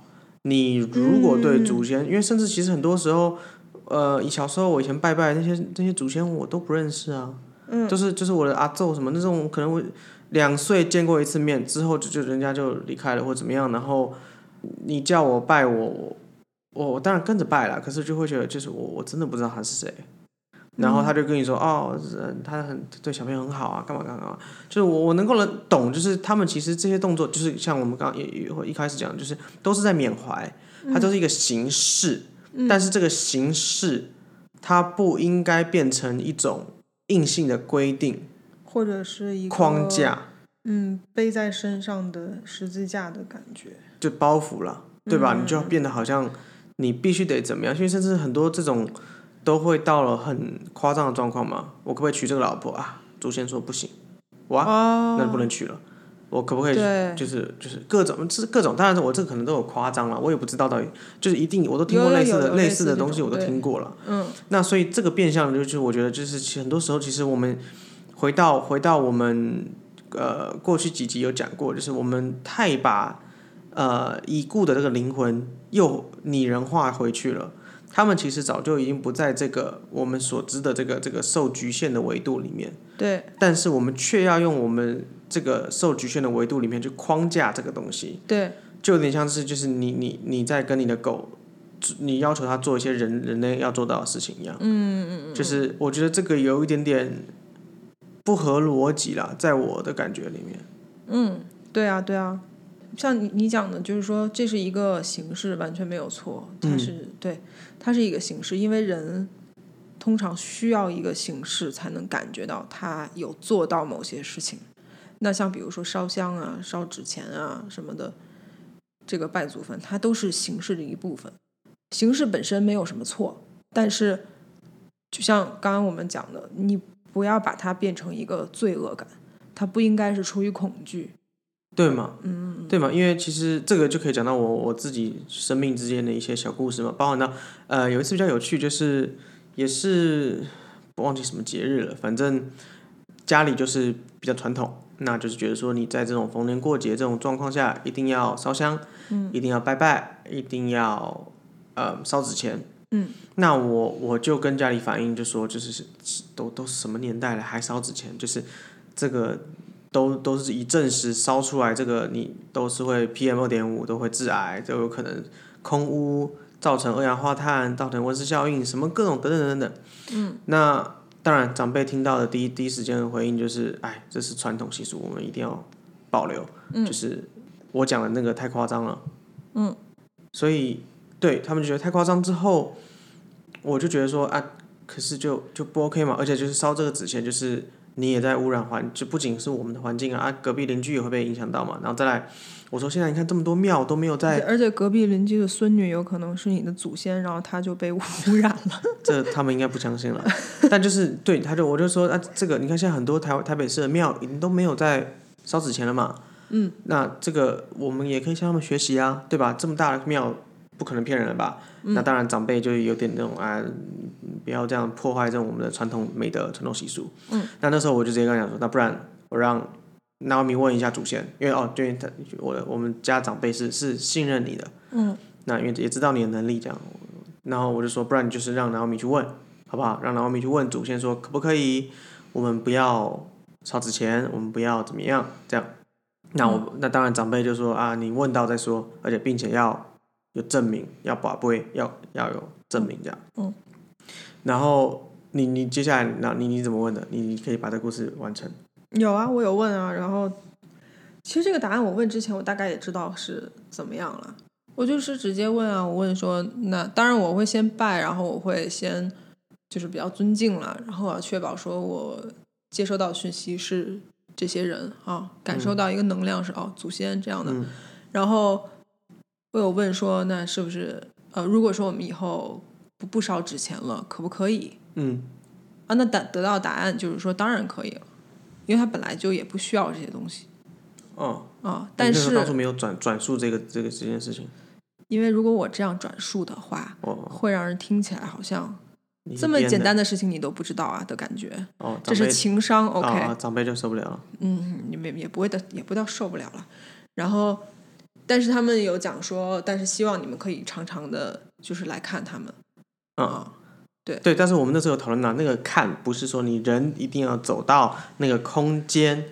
Speaker 1: 你如果对祖先，
Speaker 2: 嗯
Speaker 1: 因为甚至其实很多时候，呃，小时候我以前拜拜那些那些祖先我都不认识啊，嗯，就是就是我的阿昼什么那种，可能我两岁见过一次面之后就就人家就离开了或怎么样，然后你叫我拜我我我我当然跟着拜了，可是就会觉得就是我我真的不知道他是谁，然后他就跟你说、哦，呃他很对小朋友很好啊，干嘛干嘛干嘛，就是我我能够能懂，就是他们其实这些动作就是像我们刚刚也也会一开始讲，就是都是在缅怀，它都是一个形式，
Speaker 2: 嗯
Speaker 1: 但是这个形式它不应该变成一种硬性的规定
Speaker 2: 或者是一个
Speaker 1: 框，架。
Speaker 2: 嗯，背在身上的十字架的感觉。
Speaker 1: 就包袱了，对
Speaker 2: 嗯
Speaker 1: 吧？你就要变得好像你必须得怎么样，因为甚至很多这种都会到了很夸张的状况嘛。我可不可以娶这个老婆啊？祖先说不行，哇，
Speaker 2: 哦，
Speaker 1: 啊那不能娶了。我可不可以
Speaker 2: 对
Speaker 1: 就是就是各种是各种，当然我这个可能都有夸张了，我也不知道到底就是一定我都听过
Speaker 2: 有有
Speaker 1: 类似的
Speaker 2: 有有
Speaker 1: 类
Speaker 2: 类
Speaker 1: 似
Speaker 2: 似
Speaker 1: 的
Speaker 2: 这种
Speaker 1: 东西，我都
Speaker 2: 对
Speaker 1: 听过了。
Speaker 2: 嗯，
Speaker 1: 那所以这个变相就是，我觉得就是其很多时候，其实我们回到回到我们呃过去几集有讲过，就是我们太把呃已故的这个灵魂又拟人化回去了。他们其实早就已经不在这个我们所知的这个这个受局限的维度里面，
Speaker 2: 对，
Speaker 1: 但是我们却要用我们这个受局限的维度里面去框架这个东西，
Speaker 2: 对，
Speaker 1: 就有点像是就是你你你在跟你的狗，你要求它做一些人人类要做到的事情一样。
Speaker 2: 嗯嗯嗯，
Speaker 1: 就是我觉得这个有一点点不合逻辑啦，在我的感觉里面，
Speaker 2: 嗯，对啊，对啊，像你你讲的，就是说这是一个形式，完全没有错，它
Speaker 1: 嗯
Speaker 2: 是、对，它是一个形式，因为人通常需要一个形式才能感觉到他有做到某些事情。那像比如说烧香啊、烧纸钱啊什么的，这个拜祖坟，它都是形式的一部分。形式本身没有什么错，但是就像刚刚我们讲的，你不要把它变成一个罪恶感，它不应该是出于恐惧。
Speaker 1: 对吗？
Speaker 2: 嗯，
Speaker 1: 对吗？因为其实这个就可以讲到我我自己生命之间的一些小故事嘛，包含到呃有一次比较有趣，就是也是忘记什么节日了，反正家里就是比较传统，那就是觉得说你在这种逢年过节这种状况下，一定要烧香，嗯，一定要拜拜，一定要呃烧纸钱，
Speaker 2: 嗯，
Speaker 1: 那我我就跟家里反映，就说就是是都都什么年代了，还烧纸钱，就是这个都都是一证实烧出来，这个你都是会 PM 二点五，都会致癌，都有可能空污，造成二氧化碳，造成温室效应，什么各种等等等等。嗯，那当然长辈听到的第一第一时间的回应就是，哎，这是传统习俗，我们一定要保留。嗯，就是我讲的那个太夸张了。
Speaker 2: 嗯，
Speaker 1: 所以对他们就觉得太夸张之后。我就觉得说啊，可是就就不 OK 嘛，而且就是烧这个纸钱，就是你也在污染环，就不仅是我们的环境啊，啊隔壁邻居也会被影响到嘛。然后再来，我说现在你看这么多庙都没有
Speaker 2: 而且
Speaker 1: 在，
Speaker 2: 而且隔壁邻居的孙女有可能是你的祖先，然后她就被污 染了。
Speaker 1: 这他们应该不相信了。但就是对，他就我就说啊，这个你看现在很多台台北市的庙已经都没有在烧纸钱了嘛。嗯，那这个我们也可以向他们学习啊，对吧？这么大的庙不可能骗人了吧？那当然，长辈就有点那种啊，不要这样破坏这种我们的传统美德、传统习俗。嗯，那那时候我就直接跟他讲说，那不然我让那我们问一下祖先，因为哦，对他我的我们家长辈是是信任你的，
Speaker 2: 嗯，
Speaker 1: 那因为也知道你的能力这样，然后我就说，不然你就是让南米去问，好不好？让南米去问祖先说，可不可以我们不要烧纸钱，我们不要怎么样这样。那我、那当然长辈就说啊，你问到再说，而且并且要有证明，要把背，要要有证明这样。
Speaker 2: 嗯。
Speaker 1: 然后你你接下来那你你怎么问的？你你可以把这个故事完成。
Speaker 2: 有啊，我有问啊，然后其实这个答案我问之前，我大概也知道是怎么样了。我就是直接问啊，我问说，那当然我会先拜，然后我会先就是比较尊敬了，然后我要确保说我接收到讯息是这些人啊，感受到一个能量是、哦祖先这样的。
Speaker 1: 嗯
Speaker 2: 然后我有问说，那是不是呃，如果说我们以后不不烧纸钱了，可不可以？
Speaker 1: 嗯
Speaker 2: 啊，那答得到答案就是说当然可以了，因为他本来就也不需要这些东西
Speaker 1: 哦，
Speaker 2: 啊。但
Speaker 1: 你那时候当初
Speaker 2: 是
Speaker 1: 没有转转述这个这个这件事情。
Speaker 2: 因为如果我这样转述的话，
Speaker 1: 哦，
Speaker 2: 会让人听起来好像
Speaker 1: 你是
Speaker 2: 这么
Speaker 1: 编
Speaker 2: 简
Speaker 1: 的
Speaker 2: 单的事情你都不知道啊的感觉，
Speaker 1: 哦，
Speaker 2: 这
Speaker 1: 长
Speaker 2: 是
Speaker 1: 辈
Speaker 2: 情商
Speaker 1: 啊
Speaker 2: OK，、
Speaker 1: 啊长辈就受不了了。
Speaker 2: 嗯，你们也不会的，也不到受不了了。然后，但是他们有讲说，但是希望你们可以常常的，就是来看他们
Speaker 1: 嗯
Speaker 2: 啊。
Speaker 1: 对，但是我们那时候有讨论到，那个看不是说你人一定要走到那个空间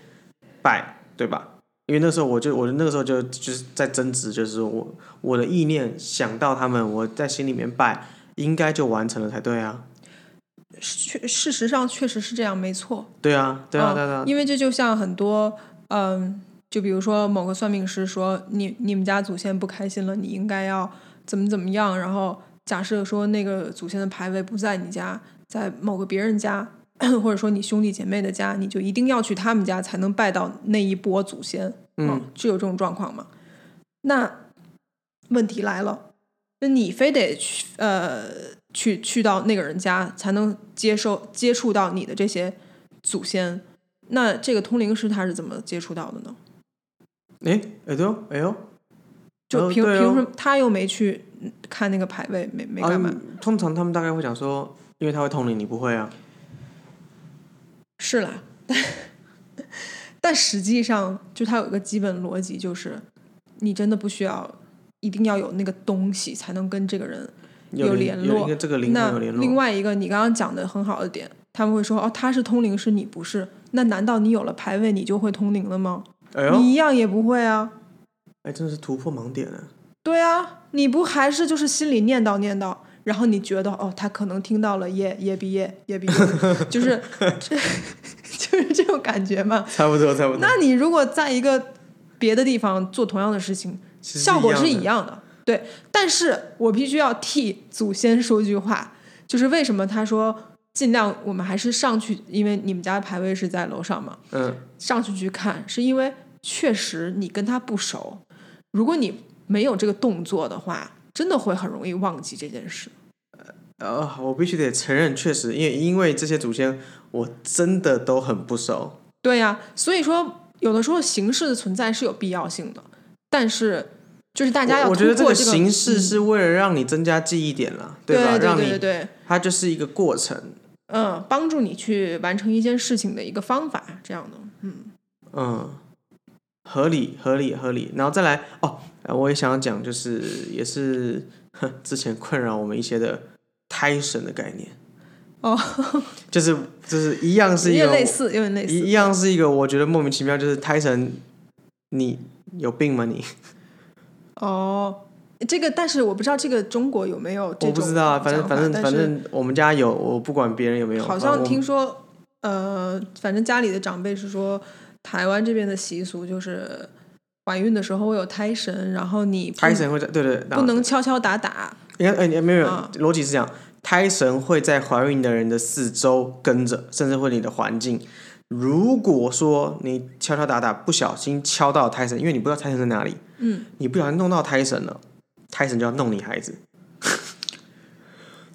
Speaker 1: 拜，对吧？因为那时候我就我那个时候就就是在争执，就是说我我的意念想到他们，我在心里面拜，应该就完成了才对啊，
Speaker 2: 确事实上确实是这样，没错。
Speaker 1: 对啊，对啊，
Speaker 2: 嗯
Speaker 1: 对啊，
Speaker 2: 因为这就像很多，嗯，就比如说某个算命师说你你们家祖先不开心了，你应该要怎么怎么样，然后假设说那个祖先的牌位不在你家，在某个别人家， 或者说你兄弟姐妹的家，你就一定要去他们家才能拜到那一波祖先。
Speaker 1: 嗯，
Speaker 2: 就有这哦种状况嘛。那问题来了，那你非得去呃去去到那个人家才能接受接触到你的这些祖先，那这个通灵师他是怎么接触到的呢？
Speaker 1: 哎哎对哦，哎呦，
Speaker 2: 就
Speaker 1: 哦
Speaker 2: 凭、
Speaker 1: 对哦
Speaker 2: 凭什么他又没去看那个牌位，没没干嘛？
Speaker 1: 啊通常他们大概会讲说，因为他会通灵，你不会啊，
Speaker 2: 是啦， 但实际上，就它有一个基本逻辑，就是你真的不需要，一定要有那个东西才能跟这个人
Speaker 1: 有
Speaker 2: 联
Speaker 1: 有
Speaker 2: 络
Speaker 1: 一个这个灵魂
Speaker 2: 那
Speaker 1: 有联络，
Speaker 2: 另外一个，你刚刚讲的很好的点，他们会说哦，他是通灵师，你不是。那难道你有了牌位，你就会通灵了吗？
Speaker 1: 哎呦，
Speaker 2: 你一样也不会啊。
Speaker 1: 哎真的是突破盲点啊，
Speaker 2: 对啊，你不还是就是心里念叨念叨，然后你觉得哦，他可能听到了耶耶毕业耶毕业， 就是这就是这种感觉嘛。
Speaker 1: 差不多差不多，
Speaker 2: 那你如果在一个别的地方做同样的事情，
Speaker 1: 其实
Speaker 2: 效果是
Speaker 1: 的
Speaker 2: 一样的，对。但是我必须要替祖先说句话，就是为什么他说尽量我们还是上去，因为你们家的牌位是在楼上嘛，
Speaker 1: 嗯
Speaker 2: 上去去看，是因为确实你跟他不熟，如果你没有这个动作的话，真的会很容易忘记这件事。
Speaker 1: 呃，我必须得承认，确实，因为因为这些祖先，我真的都很不熟。
Speaker 2: 对呀、所以说有的时候形式的存在是有必要性的，但是就是大家要
Speaker 1: 我我觉得
Speaker 2: 通
Speaker 1: 这
Speaker 2: 过
Speaker 1: 个
Speaker 2: 这个
Speaker 1: 形式
Speaker 2: 嗯
Speaker 1: 是为了让你增加记忆点啦，
Speaker 2: 对
Speaker 1: 吧？
Speaker 2: 对
Speaker 1: 让
Speaker 2: 对对
Speaker 1: 你
Speaker 2: 对，
Speaker 1: 它就是一个过程，
Speaker 2: 嗯，帮助你去完成一件事情的一个方法，这样的，嗯
Speaker 1: 嗯，合理合理合理。然后再来哦，呃我也想要讲，就是也是呵之前困扰我们一些的胎神的概念，
Speaker 2: 哦，
Speaker 1: 就是就是一样
Speaker 2: 有
Speaker 1: 是一
Speaker 2: 点
Speaker 1: 个
Speaker 2: 类似，有点类
Speaker 1: 一
Speaker 2: 似
Speaker 1: 一，样是一个我觉得莫名其妙，就是胎神，你有病吗你？
Speaker 2: 哦，这个，但是我不知道这个中国有没有这
Speaker 1: 我
Speaker 2: 种
Speaker 1: 不知道啊，反正
Speaker 2: 讲法
Speaker 1: 反正
Speaker 2: 但
Speaker 1: 反
Speaker 2: 是
Speaker 1: 正我们家有，我不管别人有没有。
Speaker 2: 好
Speaker 1: 反正
Speaker 2: 像
Speaker 1: 我
Speaker 2: 听说，呃，反正家里的长辈是说，台湾这边的习俗就是怀孕的时候会有胎神，然后你不
Speaker 1: 胎神会在对对，对
Speaker 2: 不能敲敲打打，
Speaker 1: 应该哎你没有没有
Speaker 2: 啊
Speaker 1: 逻辑是这样，胎神会在怀孕的人的四周跟着，甚至会你的环境。如果说你敲敲打打不小心敲到胎神，因为你不知道胎神在哪里，
Speaker 2: 嗯，
Speaker 1: 你不小心弄到胎神了，胎神就要弄你孩子，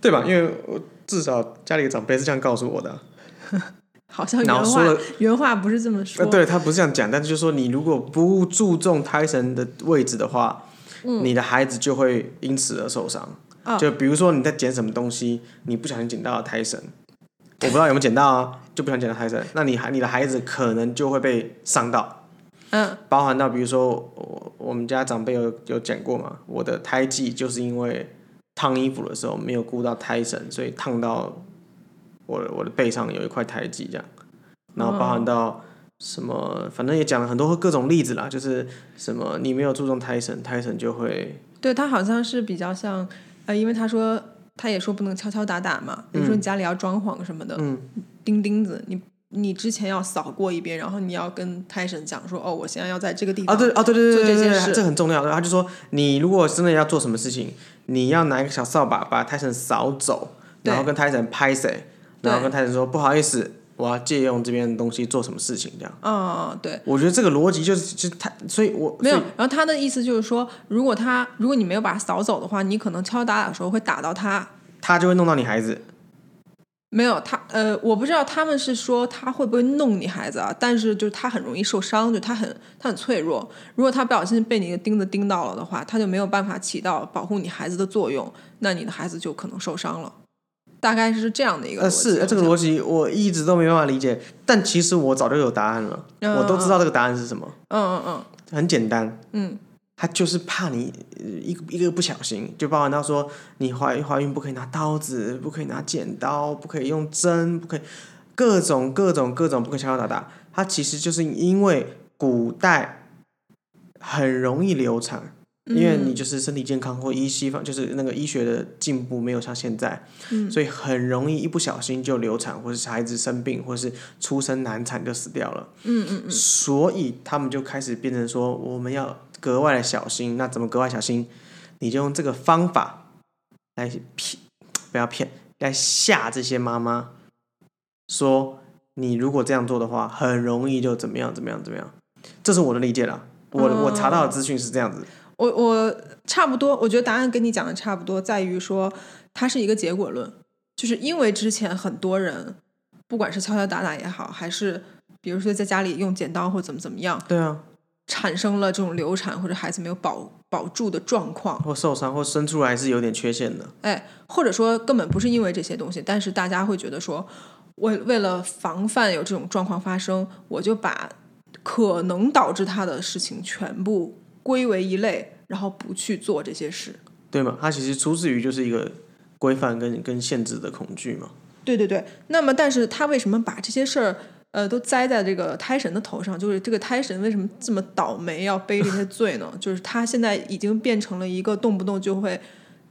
Speaker 1: 对吧？因为我至少家里的长辈是这样告诉我的啊、
Speaker 2: 好像
Speaker 1: 然后说
Speaker 2: 原话
Speaker 1: 了
Speaker 2: 原话不是这么说，
Speaker 1: 呃，对他不是这样讲，但是就是说你如果不注重胎神的位置的话，你的孩子就会因此而受伤。
Speaker 2: 啊
Speaker 1: 就比如说你在捡什么东西，你不小心捡到了胎神，我不知道有没有捡到啊，就不小心捡到胎神，那你孩你的孩子可能就会被伤到。
Speaker 2: 嗯
Speaker 1: 包含到比如说我我们家长辈有有讲过嘛，我的胎记就是因为烫衣服的时候没有顾到胎神，所以烫到我的我的背上有一块胎记这样，然后包含到什么，反正也讲了很多各种例子啦，就是什么你没有注重胎神，胎神就会
Speaker 2: 对他好像是比较像，呃，因为他说他也说不能敲敲打打嘛，比如说你家里要装潢什么的，
Speaker 1: 嗯
Speaker 2: 钉钉子，你你之前要扫过一遍，然后你要跟泰神讲说，哦，我现在要在这个地方，
Speaker 1: 啊，对，啊，对对对
Speaker 2: 做
Speaker 1: 对
Speaker 2: 这
Speaker 1: 对
Speaker 2: 件
Speaker 1: 对，
Speaker 2: 事
Speaker 1: 这很重要。对他就说，你如果真的要做什么事情，你要拿一个小扫把把泰森扫走，
Speaker 2: 对
Speaker 1: 然后跟泰森拍谁，然后
Speaker 2: 对
Speaker 1: 跟泰森说不好意思，我要借用这边的东西做什么事情这样。
Speaker 2: 啊、对。
Speaker 1: 我觉得这个逻辑就是就是泰，所以我
Speaker 2: 没有
Speaker 1: 所以，
Speaker 2: 然后他的意思就是说，如果他如果你没有把他扫走的话，你可能敲敲打打的时候会打到他。
Speaker 1: 他就会弄到你孩子。
Speaker 2: 没有他，呃，我不知道他们是说他会不会弄你孩子啊，但是就是他很容易受伤，就他很他很脆弱。如果他不小心被你的钉子钉到了的话，他就没有办法起到保护你孩子的作用，那你的孩子就可能受伤了。大概是这样的一个
Speaker 1: 呃，
Speaker 2: 逻辑
Speaker 1: 是呃这个
Speaker 2: 我想
Speaker 1: 逻辑我一直都没办法理解，但其实我早就有答案了，
Speaker 2: 嗯
Speaker 1: 我都知道这个答案是什么，
Speaker 2: 嗯嗯
Speaker 1: 很简单，
Speaker 2: 嗯
Speaker 1: 他就是怕你呃一个一个不小心，就包含到说你怀怀孕不可以拿刀子，不可以拿剪刀，不可以用针，不可以各种各种各种不可以敲敲打打。他其实就是因为古代很容易流产，
Speaker 2: 嗯，
Speaker 1: 因为你就是身体健康或医西方就是那个医学的进步没有像现在，
Speaker 2: 嗯
Speaker 1: 所以很容易一不小心就流产，或是孩子生病，或是出生难产就死掉了。
Speaker 2: 嗯嗯嗯
Speaker 1: 所以他们就开始变成说，我们要格外的小心。那怎么格外小心？你就用这个方法来骗，不要骗，来吓这些妈妈，说你如果这样做的话，很容易就怎么样怎么样怎么样。这是我的理解啦，我、我查到的资讯是这样子。
Speaker 2: 我我差不多，我觉得答案跟你讲的差不多，在于说它是一个结果论，就是因为之前很多人，不管是敲敲打打也好，还是比如说在家里用剪刀或怎么怎么样，
Speaker 1: 对啊，
Speaker 2: 产生了这种流产或者孩子没有保保住的状况，
Speaker 1: 或受伤或生出来是有点缺陷的。
Speaker 2: 哎，或者说根本不是因为这些东西，但是大家会觉得说，为为了防范有这种状况发生，我就把可能导致他的事情全部归为一类，然后不去做这些事。
Speaker 1: 对吗？它其实出自于就是一个规范跟跟限制的恐惧嘛。
Speaker 2: 对对对，那么但是他为什么把这些事儿呃都栽在这个胎神的头上？就是这个胎神为什么这么倒霉要背这些罪呢？ 就是他现在已经变成了一个动不动就会，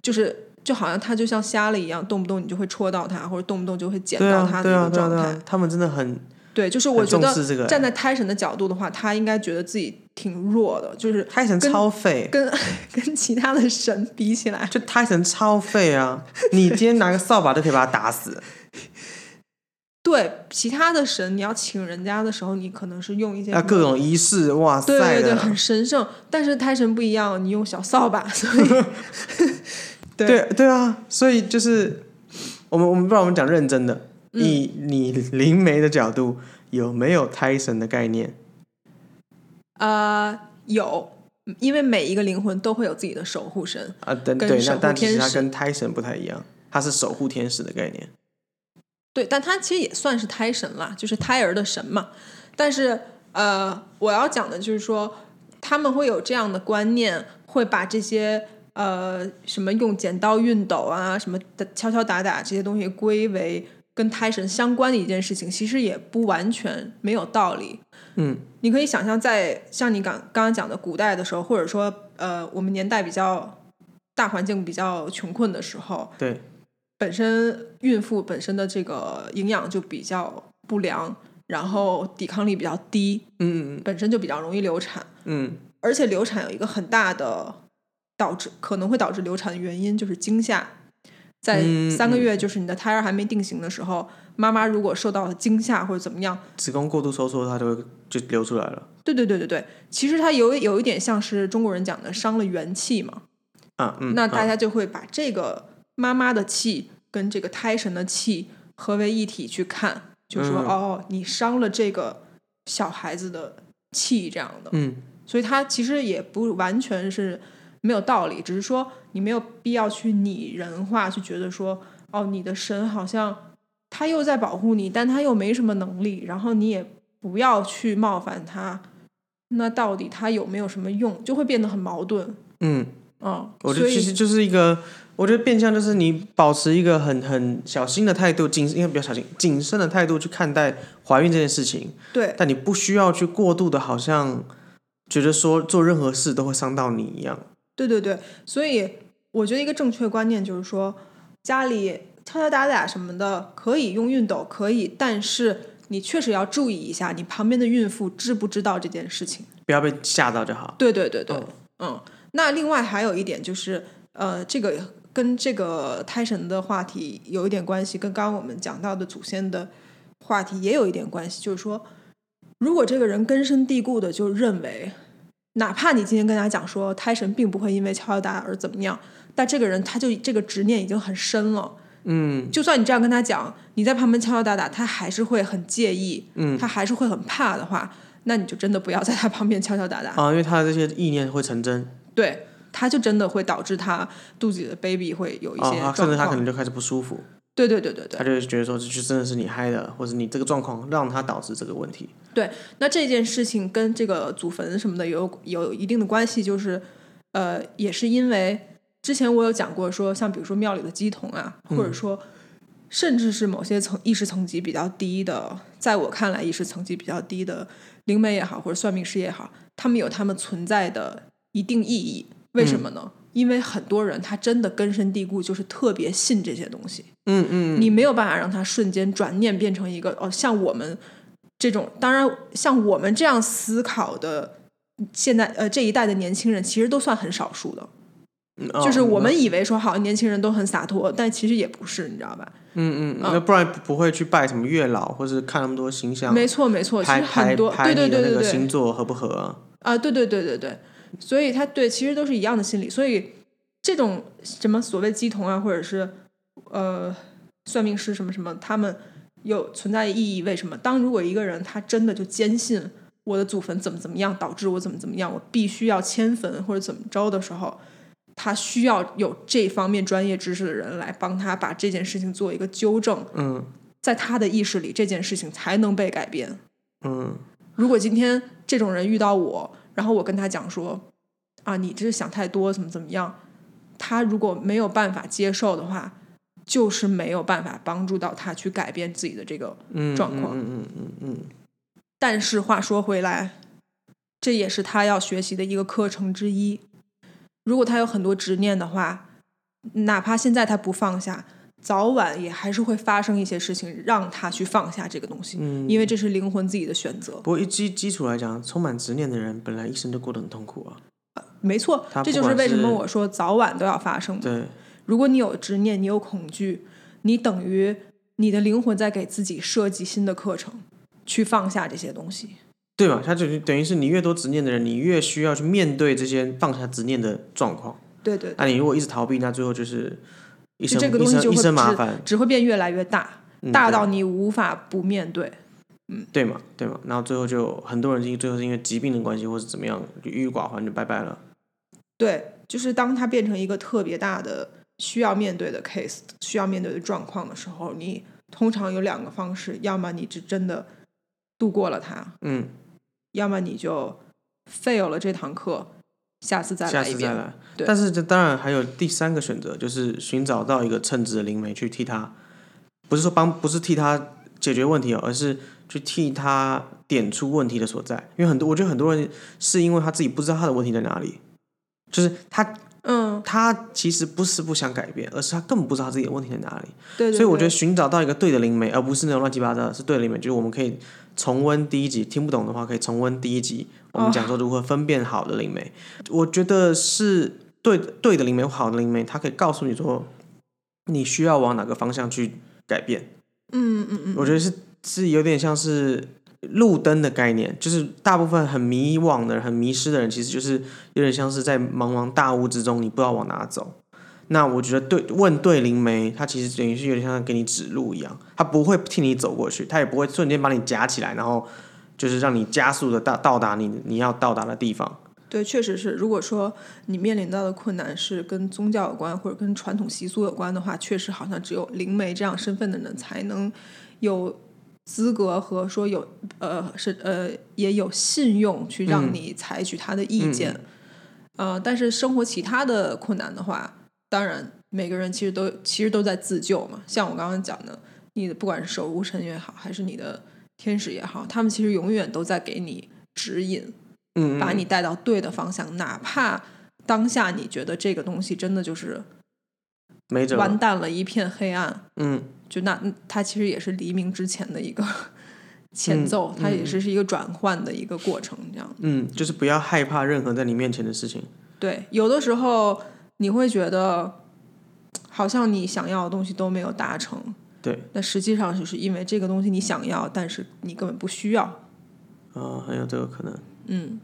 Speaker 2: 就是就好像他就像瞎了一样，动不动你就会戳到他，或者动不动就会剪
Speaker 1: 对
Speaker 2: 到
Speaker 1: 啊
Speaker 2: 他，的
Speaker 1: 对
Speaker 2: 一
Speaker 1: 啊，
Speaker 2: 个
Speaker 1: 对啊，
Speaker 2: 状
Speaker 1: 对
Speaker 2: 态。
Speaker 1: 啊，他们真的很
Speaker 2: 对，就是我
Speaker 1: 很
Speaker 2: 觉
Speaker 1: 重
Speaker 2: 得
Speaker 1: 视这个、
Speaker 2: 站在胎神的角度的话，他应该觉得自己挺弱的，就是
Speaker 1: 泰神
Speaker 2: 跟
Speaker 1: 超废，
Speaker 2: 跟 跟其他的神比起来，
Speaker 1: 就泰神超废啊！ 你今天拿个扫把都可以把他打死，
Speaker 2: 对其他的神，你要请人家的时候，你可能是用一些
Speaker 1: 啊，
Speaker 2: 什么
Speaker 1: 各种仪式，哇塞
Speaker 2: 对对对，
Speaker 1: 的
Speaker 2: 很神圣。但是胎神不一样，你用小扫把，所以对
Speaker 1: 对对啊！所以就是我们我们不然我们讲认真的，
Speaker 2: 嗯
Speaker 1: 以你灵媒的角度，有没有胎神的概念？
Speaker 2: 呃有，因为每一个灵魂都会有自己的守护神。
Speaker 1: 啊，但
Speaker 2: 跟
Speaker 1: 对，
Speaker 2: 守
Speaker 1: 那
Speaker 2: 护
Speaker 1: 但其实
Speaker 2: 天
Speaker 1: 它
Speaker 2: 使
Speaker 1: 跟胎神不太一样，它是守护天使的概念。
Speaker 2: 对，但他其实也算是胎神啦，就是胎儿的神嘛。但是呃，我要讲的就是说，他们会有这样的观念，会把这些呃什么用剪刀熨斗啊，什么的敲敲打打这些东西归为跟胎神相关的一件事情，其实也不完全没有道理。
Speaker 1: 嗯，
Speaker 2: 你可以想象，在像你刚刚刚讲的古代的时候，或者说呃我们年代比较大环境比较穷困的时候，
Speaker 1: 对，
Speaker 2: 本身孕妇本身的这个营养就比较不良，然后抵抗力比较低，
Speaker 1: 嗯嗯
Speaker 2: 本身就比较容易流产，
Speaker 1: 嗯，
Speaker 2: 而且流产有一个很大的导致可能会导致流产的原因就是惊吓。在
Speaker 1: 嗯
Speaker 2: 三个月，就是你的胎儿还没定型的时候，妈妈如果受到了惊吓或者怎么样，
Speaker 1: 子宫过度收缩，它就会就流出来了
Speaker 2: 对对对对对，其实它有有一点像是中国人讲的伤了元气嘛，
Speaker 1: 啊。嗯，
Speaker 2: 那
Speaker 1: 啊
Speaker 2: 大家就会把这个妈妈的气跟这个胎神的气合为一体去看，就说、
Speaker 1: 嗯
Speaker 2: 哦，你伤了这个小孩子的气这样的，
Speaker 1: 嗯，
Speaker 2: 所以它其实也不完全是没有道理，只是说你没有必要去拟人化，去觉得说哦，你的神好像他又在保护你，但他又没什么能力，然后你也不要去冒犯他，那到底它有没有什么用，就会变得很矛盾。
Speaker 1: 嗯，
Speaker 2: 嗯，
Speaker 1: 我觉
Speaker 2: 所
Speaker 1: 得
Speaker 2: 以
Speaker 1: 其实就是一个，我觉得变相就是你保持一个很很小心的态度，谨应该比较小心谨慎的态度去看待怀孕这件事情，
Speaker 2: 对
Speaker 1: 但你不需要去过度的，好像觉得说做任何事都会伤到你一样。
Speaker 2: 对对对，所以我觉得一个正确观念就是说，家里敲敲打打什么的可以用熨斗，可以，但是你确实要注意一下，你旁边的孕妇知不知道这件事情。
Speaker 1: 不要被吓到就好。
Speaker 2: 对对对对，
Speaker 1: 嗯
Speaker 2: 嗯。那另外还有一点就是，呃，这个跟这个胎神的话题有一点关系，跟刚刚我们讲到的祖先的话题也有一点关系，就是说，如果这个人根深蒂固的就认为，哪怕你今天跟他讲说胎神并不会因为敲敲打打而怎么样，但这个人他就这个执念已经很深了。
Speaker 1: 嗯
Speaker 2: 就算你这样跟他讲，你在旁边敲敲打打，他还是会很介意，
Speaker 1: 嗯
Speaker 2: 他还是会很怕的话，那你就真的不要在他旁边敲敲打打。
Speaker 1: 啊，因为他的这些意念会成真
Speaker 2: 对，它就真的会导致他肚子里的 baby 会有一
Speaker 1: 啊
Speaker 2: 些
Speaker 1: 啊，
Speaker 2: 状
Speaker 1: 甚
Speaker 2: 况。
Speaker 1: 至他可能就开始不舒服，
Speaker 2: 对对对对
Speaker 1: 他
Speaker 2: 对
Speaker 1: 就会觉得说这就真的是你害的，或者你这个状况让他导致这个问题。
Speaker 2: 对。那这件事情跟这个祖坟什么的有有一定的关系，就是呃，也是因为之前我有讲过说，像比如说庙里的鸡童啊，或
Speaker 1: 嗯
Speaker 2: 者说。甚至是某些层意识层级比较低的，在我看来意识层级比较低的灵媒也好，或者算命师也好，他们有他们存在的一定意义。为
Speaker 1: 嗯
Speaker 2: 什么呢？因为很多人他真的根深蒂固，就是特别信这些东西。
Speaker 1: 嗯嗯，
Speaker 2: 你没有办法让他瞬间转念变成一个哦，像我们这种，当然像我们这样思考的，现在呃这一代的年轻人其实都算很少数的。
Speaker 1: 嗯哦
Speaker 2: 就是我
Speaker 1: 那
Speaker 2: 们以为说好年轻人都很洒脱，但其实也不是，你知道吧？
Speaker 1: 嗯嗯，那不然不会去拜什么月老，或是看那么多形象，
Speaker 2: 没错没错，其
Speaker 1: 拍
Speaker 2: 实很
Speaker 1: 拍
Speaker 2: 多
Speaker 1: 拍
Speaker 2: 对对
Speaker 1: 你的
Speaker 2: 对
Speaker 1: 那
Speaker 2: 对
Speaker 1: 个
Speaker 2: 对
Speaker 1: 星座合不合啊？
Speaker 2: 啊，对对对对对，所以他对其实都是一样的心理，所以这种什么所谓鸡童啊，或者是呃算命师什么什么，他们有存在意义。为什么？当如果一个人他真的就坚信我的祖坟怎么怎么样，导致我怎么怎么样，我必须要迁坟或者怎么着的时候。他需要有这方面专业知识的人来帮他把这件事情做一个纠正，
Speaker 1: 嗯
Speaker 2: 在他的意识里，这件事情才能被改变。
Speaker 1: 嗯
Speaker 2: 如果今天这种人遇到我，然后我跟他讲说，啊，你这是想太多，怎么怎么样，他如果没有办法接受的话，就是没有办法帮助到他去改变自己的这个。
Speaker 1: 嗯，
Speaker 2: 状况
Speaker 1: 嗯嗯嗯嗯
Speaker 2: 但是话说回来，这也是他要学习的一个课程之一。如果他有很多执念的话，哪怕现在他不放下，早晚也还是会发生一些事情让他去放下这个东西，
Speaker 1: 嗯嗯。
Speaker 2: 因为这是灵魂自己的选择。
Speaker 1: 不过一基基础来讲，充满执念的人本来一生就过得很痛苦啊。
Speaker 2: 没错
Speaker 1: 它，
Speaker 2: 这
Speaker 1: 不
Speaker 2: 就是
Speaker 1: 管
Speaker 2: 为什么
Speaker 1: 是
Speaker 2: 我说早晚都要发生嘛。
Speaker 1: 对，
Speaker 2: 如果你有执念，你有恐惧，你等于你的灵魂在给自己设计新的课程，去放下这些东西。
Speaker 1: 对嘛，他就等于是你越多执念的人，你越需要去面对这些放下执念的状况。
Speaker 2: 对对对，
Speaker 1: 那你如果一直逃避，那最后就是一
Speaker 2: 就
Speaker 1: 身
Speaker 2: 这个东西
Speaker 1: 一身
Speaker 2: 就
Speaker 1: 一
Speaker 2: 会
Speaker 1: 身麻
Speaker 2: 只
Speaker 1: 烦，
Speaker 2: 只会变越来越大，
Speaker 1: 嗯
Speaker 2: 大
Speaker 1: 对
Speaker 2: 到你无法不面对。
Speaker 1: 对嘛对嘛，然后最后就很多人因最后是因为疾病的关系或者怎么样，就郁郁寡欢就拜拜了。
Speaker 2: 对，就是当它变成一个特别大的需要面对的 case，需要面对的状况的时候，你通常有两个方式，要么你是真的度过了它，
Speaker 1: 嗯，
Speaker 2: 要么你就 fail 了这堂课，下次再
Speaker 1: 下
Speaker 2: 来一
Speaker 1: 次再
Speaker 2: 遍。
Speaker 1: 来。
Speaker 2: 对
Speaker 1: 但是这当然还有第三个选择，就是寻找到一个称职的灵媒去替他，不是说帮，不是替他解决问题哦，而是去替他点出问题的所在。因为很多，我觉得很多人是因为他自己不知道他的问题在哪里，就是他
Speaker 2: 嗯，
Speaker 1: 他其实不是不想改变，而是他根本不知道他自己的问题在哪里。
Speaker 2: 对对
Speaker 1: 所以我觉得
Speaker 2: 对
Speaker 1: 寻找到一个对的灵媒，而不是那种乱七八糟的，是对的灵媒，就是我们可以重温第一集，听不懂的话可以重温第一集，我们讲说如何分辨好的灵媒。我觉得是对对的灵媒，好的灵媒，他可以告诉你说你需要往哪个方向去改变。
Speaker 2: 嗯嗯嗯，
Speaker 1: 我觉得是是有点像是。路灯的概念就是大部分很迷惘的人、很迷失的人，其实就是有点像是在茫茫大雾之中，你不知道往哪走。那我觉得对问对灵媒，他其实等于是有点像给你指路一样，他不会替你走过去，他也不会瞬间把你夹起来，然后就是让你加速的到到达你你要到达的地方。
Speaker 2: 对，确实是。如果说你面临到的困难是跟宗教有关，或者跟传统习俗有关的话，确实好像只有灵媒这样身份的人才能有资格和说有呃是呃也有信用去让
Speaker 1: 嗯
Speaker 2: 你采取他的意见，
Speaker 1: 嗯
Speaker 2: 呃，但是生活其他的困难的话，当然每个人其实都其实都在自救嘛。像我刚刚讲的，你的不管是守护神也好，还是你的天使也好，他们其实永远都在给你指引，
Speaker 1: 嗯，嗯
Speaker 2: 把你
Speaker 1: 嗯
Speaker 2: 带到对的方向，哪怕当下你觉得这个东西真的就是
Speaker 1: 没辙了，
Speaker 2: 完蛋了，一片黑暗，
Speaker 1: 嗯
Speaker 2: 就那嗯它其实也是黎明之前的一个 前
Speaker 1: 嗯
Speaker 2: 奏，它也
Speaker 1: 嗯
Speaker 2: 是是一个转换的一个过程，这样。
Speaker 1: 嗯，就是不要害怕任何在你面前的事情，
Speaker 2: 对，有的时候你会觉得好像你想要的东西都没有达成，
Speaker 1: 对，
Speaker 2: 那实际上就是因为这个东西你想要，但是你根本不需要，
Speaker 1: 啊、很有这个可能，
Speaker 2: 嗯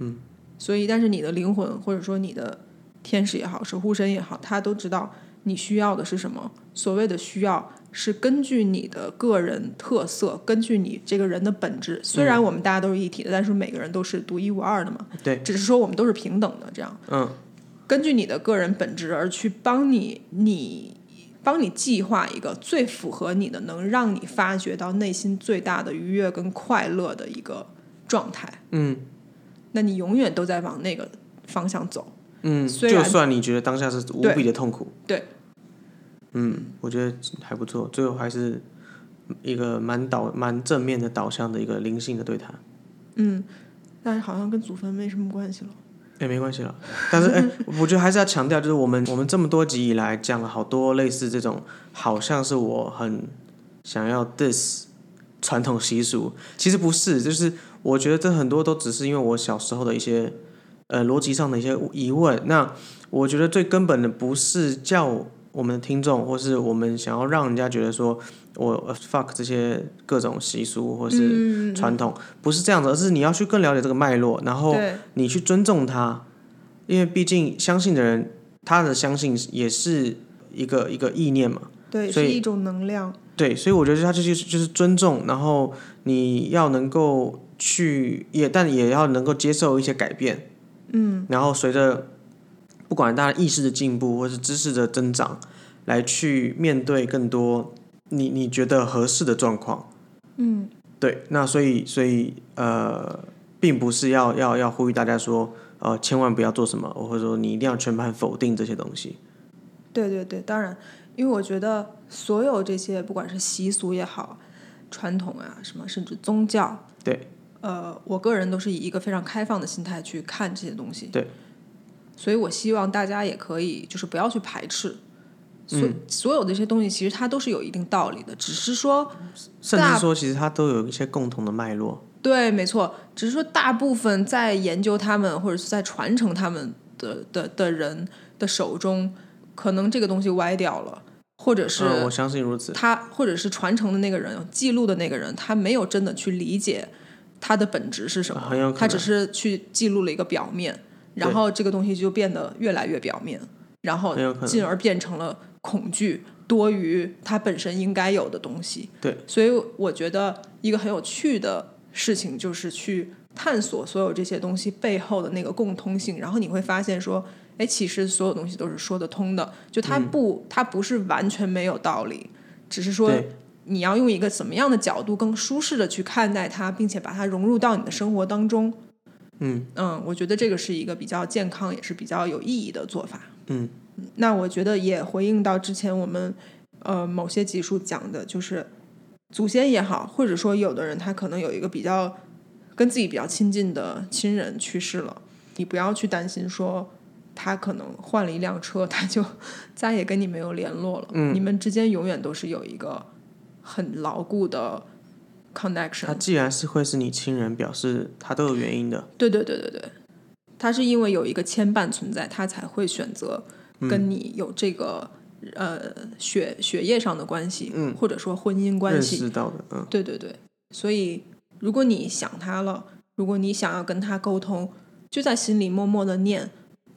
Speaker 1: 嗯，
Speaker 2: 所以但是你的灵魂或者说你的天使也好，守护神也好，他都知道你需要的是什么。所谓的需要是根据你的个人特色，根据你这个人的本质。虽然我们大家都是一体的，但是每个人都是独一无二的嘛，
Speaker 1: 对，
Speaker 2: 只是说我们都是平等的这样。
Speaker 1: 嗯
Speaker 2: 根据你的个人本质而去帮你，你帮你计划一个最符合你的，能让你发掘到内心最大的愉悦跟快乐的一个状态。
Speaker 1: 嗯
Speaker 2: 那你永远都在往那个方向走。
Speaker 1: 嗯，
Speaker 2: 虽
Speaker 1: 就
Speaker 2: 然
Speaker 1: 算你觉得当下是无
Speaker 2: 对
Speaker 1: 比的痛苦，
Speaker 2: 对，
Speaker 1: 嗯，我觉得还不错，最后还是一个蛮导蛮正面的导向的一个灵性的对谈。
Speaker 2: 嗯，但是好像跟祖坟没什么关系了。
Speaker 1: 哎，没关系了。但 是哎，我觉得还是要强调，就是我们我们这么多集以来讲了好多类似这种，好像是我很想要 this 传统习俗，其实不是，就是我觉得这很多都只是因为我小时候的一些呃逻辑上的一些疑问。那我觉得最根本的不是叫我们的听众，或是我们想要让人家觉得说我呃 fuck 这些各种习俗或是
Speaker 2: 嗯，
Speaker 1: 传统，不是这样子，而是你要去更了解这个脉络，然后。
Speaker 2: 对，
Speaker 1: 你去尊重他，因为毕竟相信的人，他的相信也是一个一个意念嘛。
Speaker 2: 对，
Speaker 1: 所
Speaker 2: 是
Speaker 1: 以
Speaker 2: 一种能量。
Speaker 1: 对，所以我觉得他就是就是尊重，然后你要能够去也，但也要能够接受一些改变。嗯，然后随着不管大家意识的进步，或是知识的增长，来去面对更多你你觉得合适的状况。
Speaker 2: 嗯，
Speaker 1: 对，那所以所以呃，并不是要要要呼吁大家说，呃，千万不要做什么，或者说你一定要全盘否定这些东西。
Speaker 2: 对对对，当然，因为我觉得所有这些，不管是习俗也好，传统啊什么，甚至宗教，
Speaker 1: 对，
Speaker 2: 呃，我个人都是以一个非常开放的心态去看这些东西。
Speaker 1: 对，
Speaker 2: 所以我希望大家也可以就是不要去排斥。所、
Speaker 1: 嗯
Speaker 2: 所有的这些东西，其实它都是有一定道理的，只是说，
Speaker 1: 甚至
Speaker 2: 大
Speaker 1: 说其实它都有一些共同的脉络。
Speaker 2: 对，没错，只是说大部分在研究他们或者是在传承他们的的的人的手中，可能这个东西歪掉了，或者是、
Speaker 1: 嗯，我相信如此。
Speaker 2: 他或者是传承的那个人、记录的那个人，他没有真的去理解它的本质是什么，
Speaker 1: 啊很有可能
Speaker 2: 他只是去记录了一个表面，然后这个东西就变得越来越表面，然后
Speaker 1: 很有可能
Speaker 2: 进而变成了恐惧多于它本身应该有的东西。
Speaker 1: 对，
Speaker 2: 所以我觉得一个很有趣的事情就是去探索所有这些东西背后的那个共通性，然后你会发现说。哎，其实所有东西都是说得通的，就它
Speaker 1: 嗯
Speaker 2: 不，它不是完全没有道理，只是说
Speaker 1: 对
Speaker 2: 你要用一个怎么样的角度更舒适的去看待它，并且把它融入到你的生活当中。
Speaker 1: 嗯
Speaker 2: 嗯，我觉得这个是一个比较健康，也是比较有意义的做法。
Speaker 1: 嗯，
Speaker 2: 那我觉得也回应到之前我们呃某些集数讲的，就是祖先也好，或者说有的人他可能有一个比较跟自己比较亲近的亲人去世了，你不要去担心说他可能换了一辆车， 他就再也跟你没有联络了。
Speaker 1: 嗯
Speaker 2: 你们之间永远都是有一个很牢固的
Speaker 1: 他
Speaker 2: connection。
Speaker 1: 既然是会是你亲人，表示他都有原因的。
Speaker 2: 对对对对对，他是因为有一个牵绊存在，他才会选择
Speaker 1: 嗯
Speaker 2: 跟你有这个、呃血血液上的关系，
Speaker 1: 嗯
Speaker 2: 或者说婚姻关
Speaker 1: 认
Speaker 2: 系。
Speaker 1: 识到的，嗯，
Speaker 2: 对对对，所以如果你想他了，如果你想要跟他沟通，就在心里默默的念，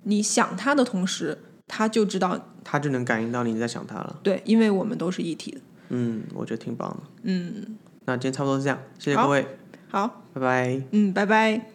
Speaker 2: 你想他的同时，他就知道，
Speaker 1: 他就能感应到你在想他了。
Speaker 2: 对，因为我们都是一体的。
Speaker 1: 嗯，我觉得挺棒的。
Speaker 2: 嗯，
Speaker 1: 那今天差不多是这样，谢谢
Speaker 2: 好
Speaker 1: 各位，
Speaker 2: 好，
Speaker 1: 拜拜。
Speaker 2: 嗯，拜拜。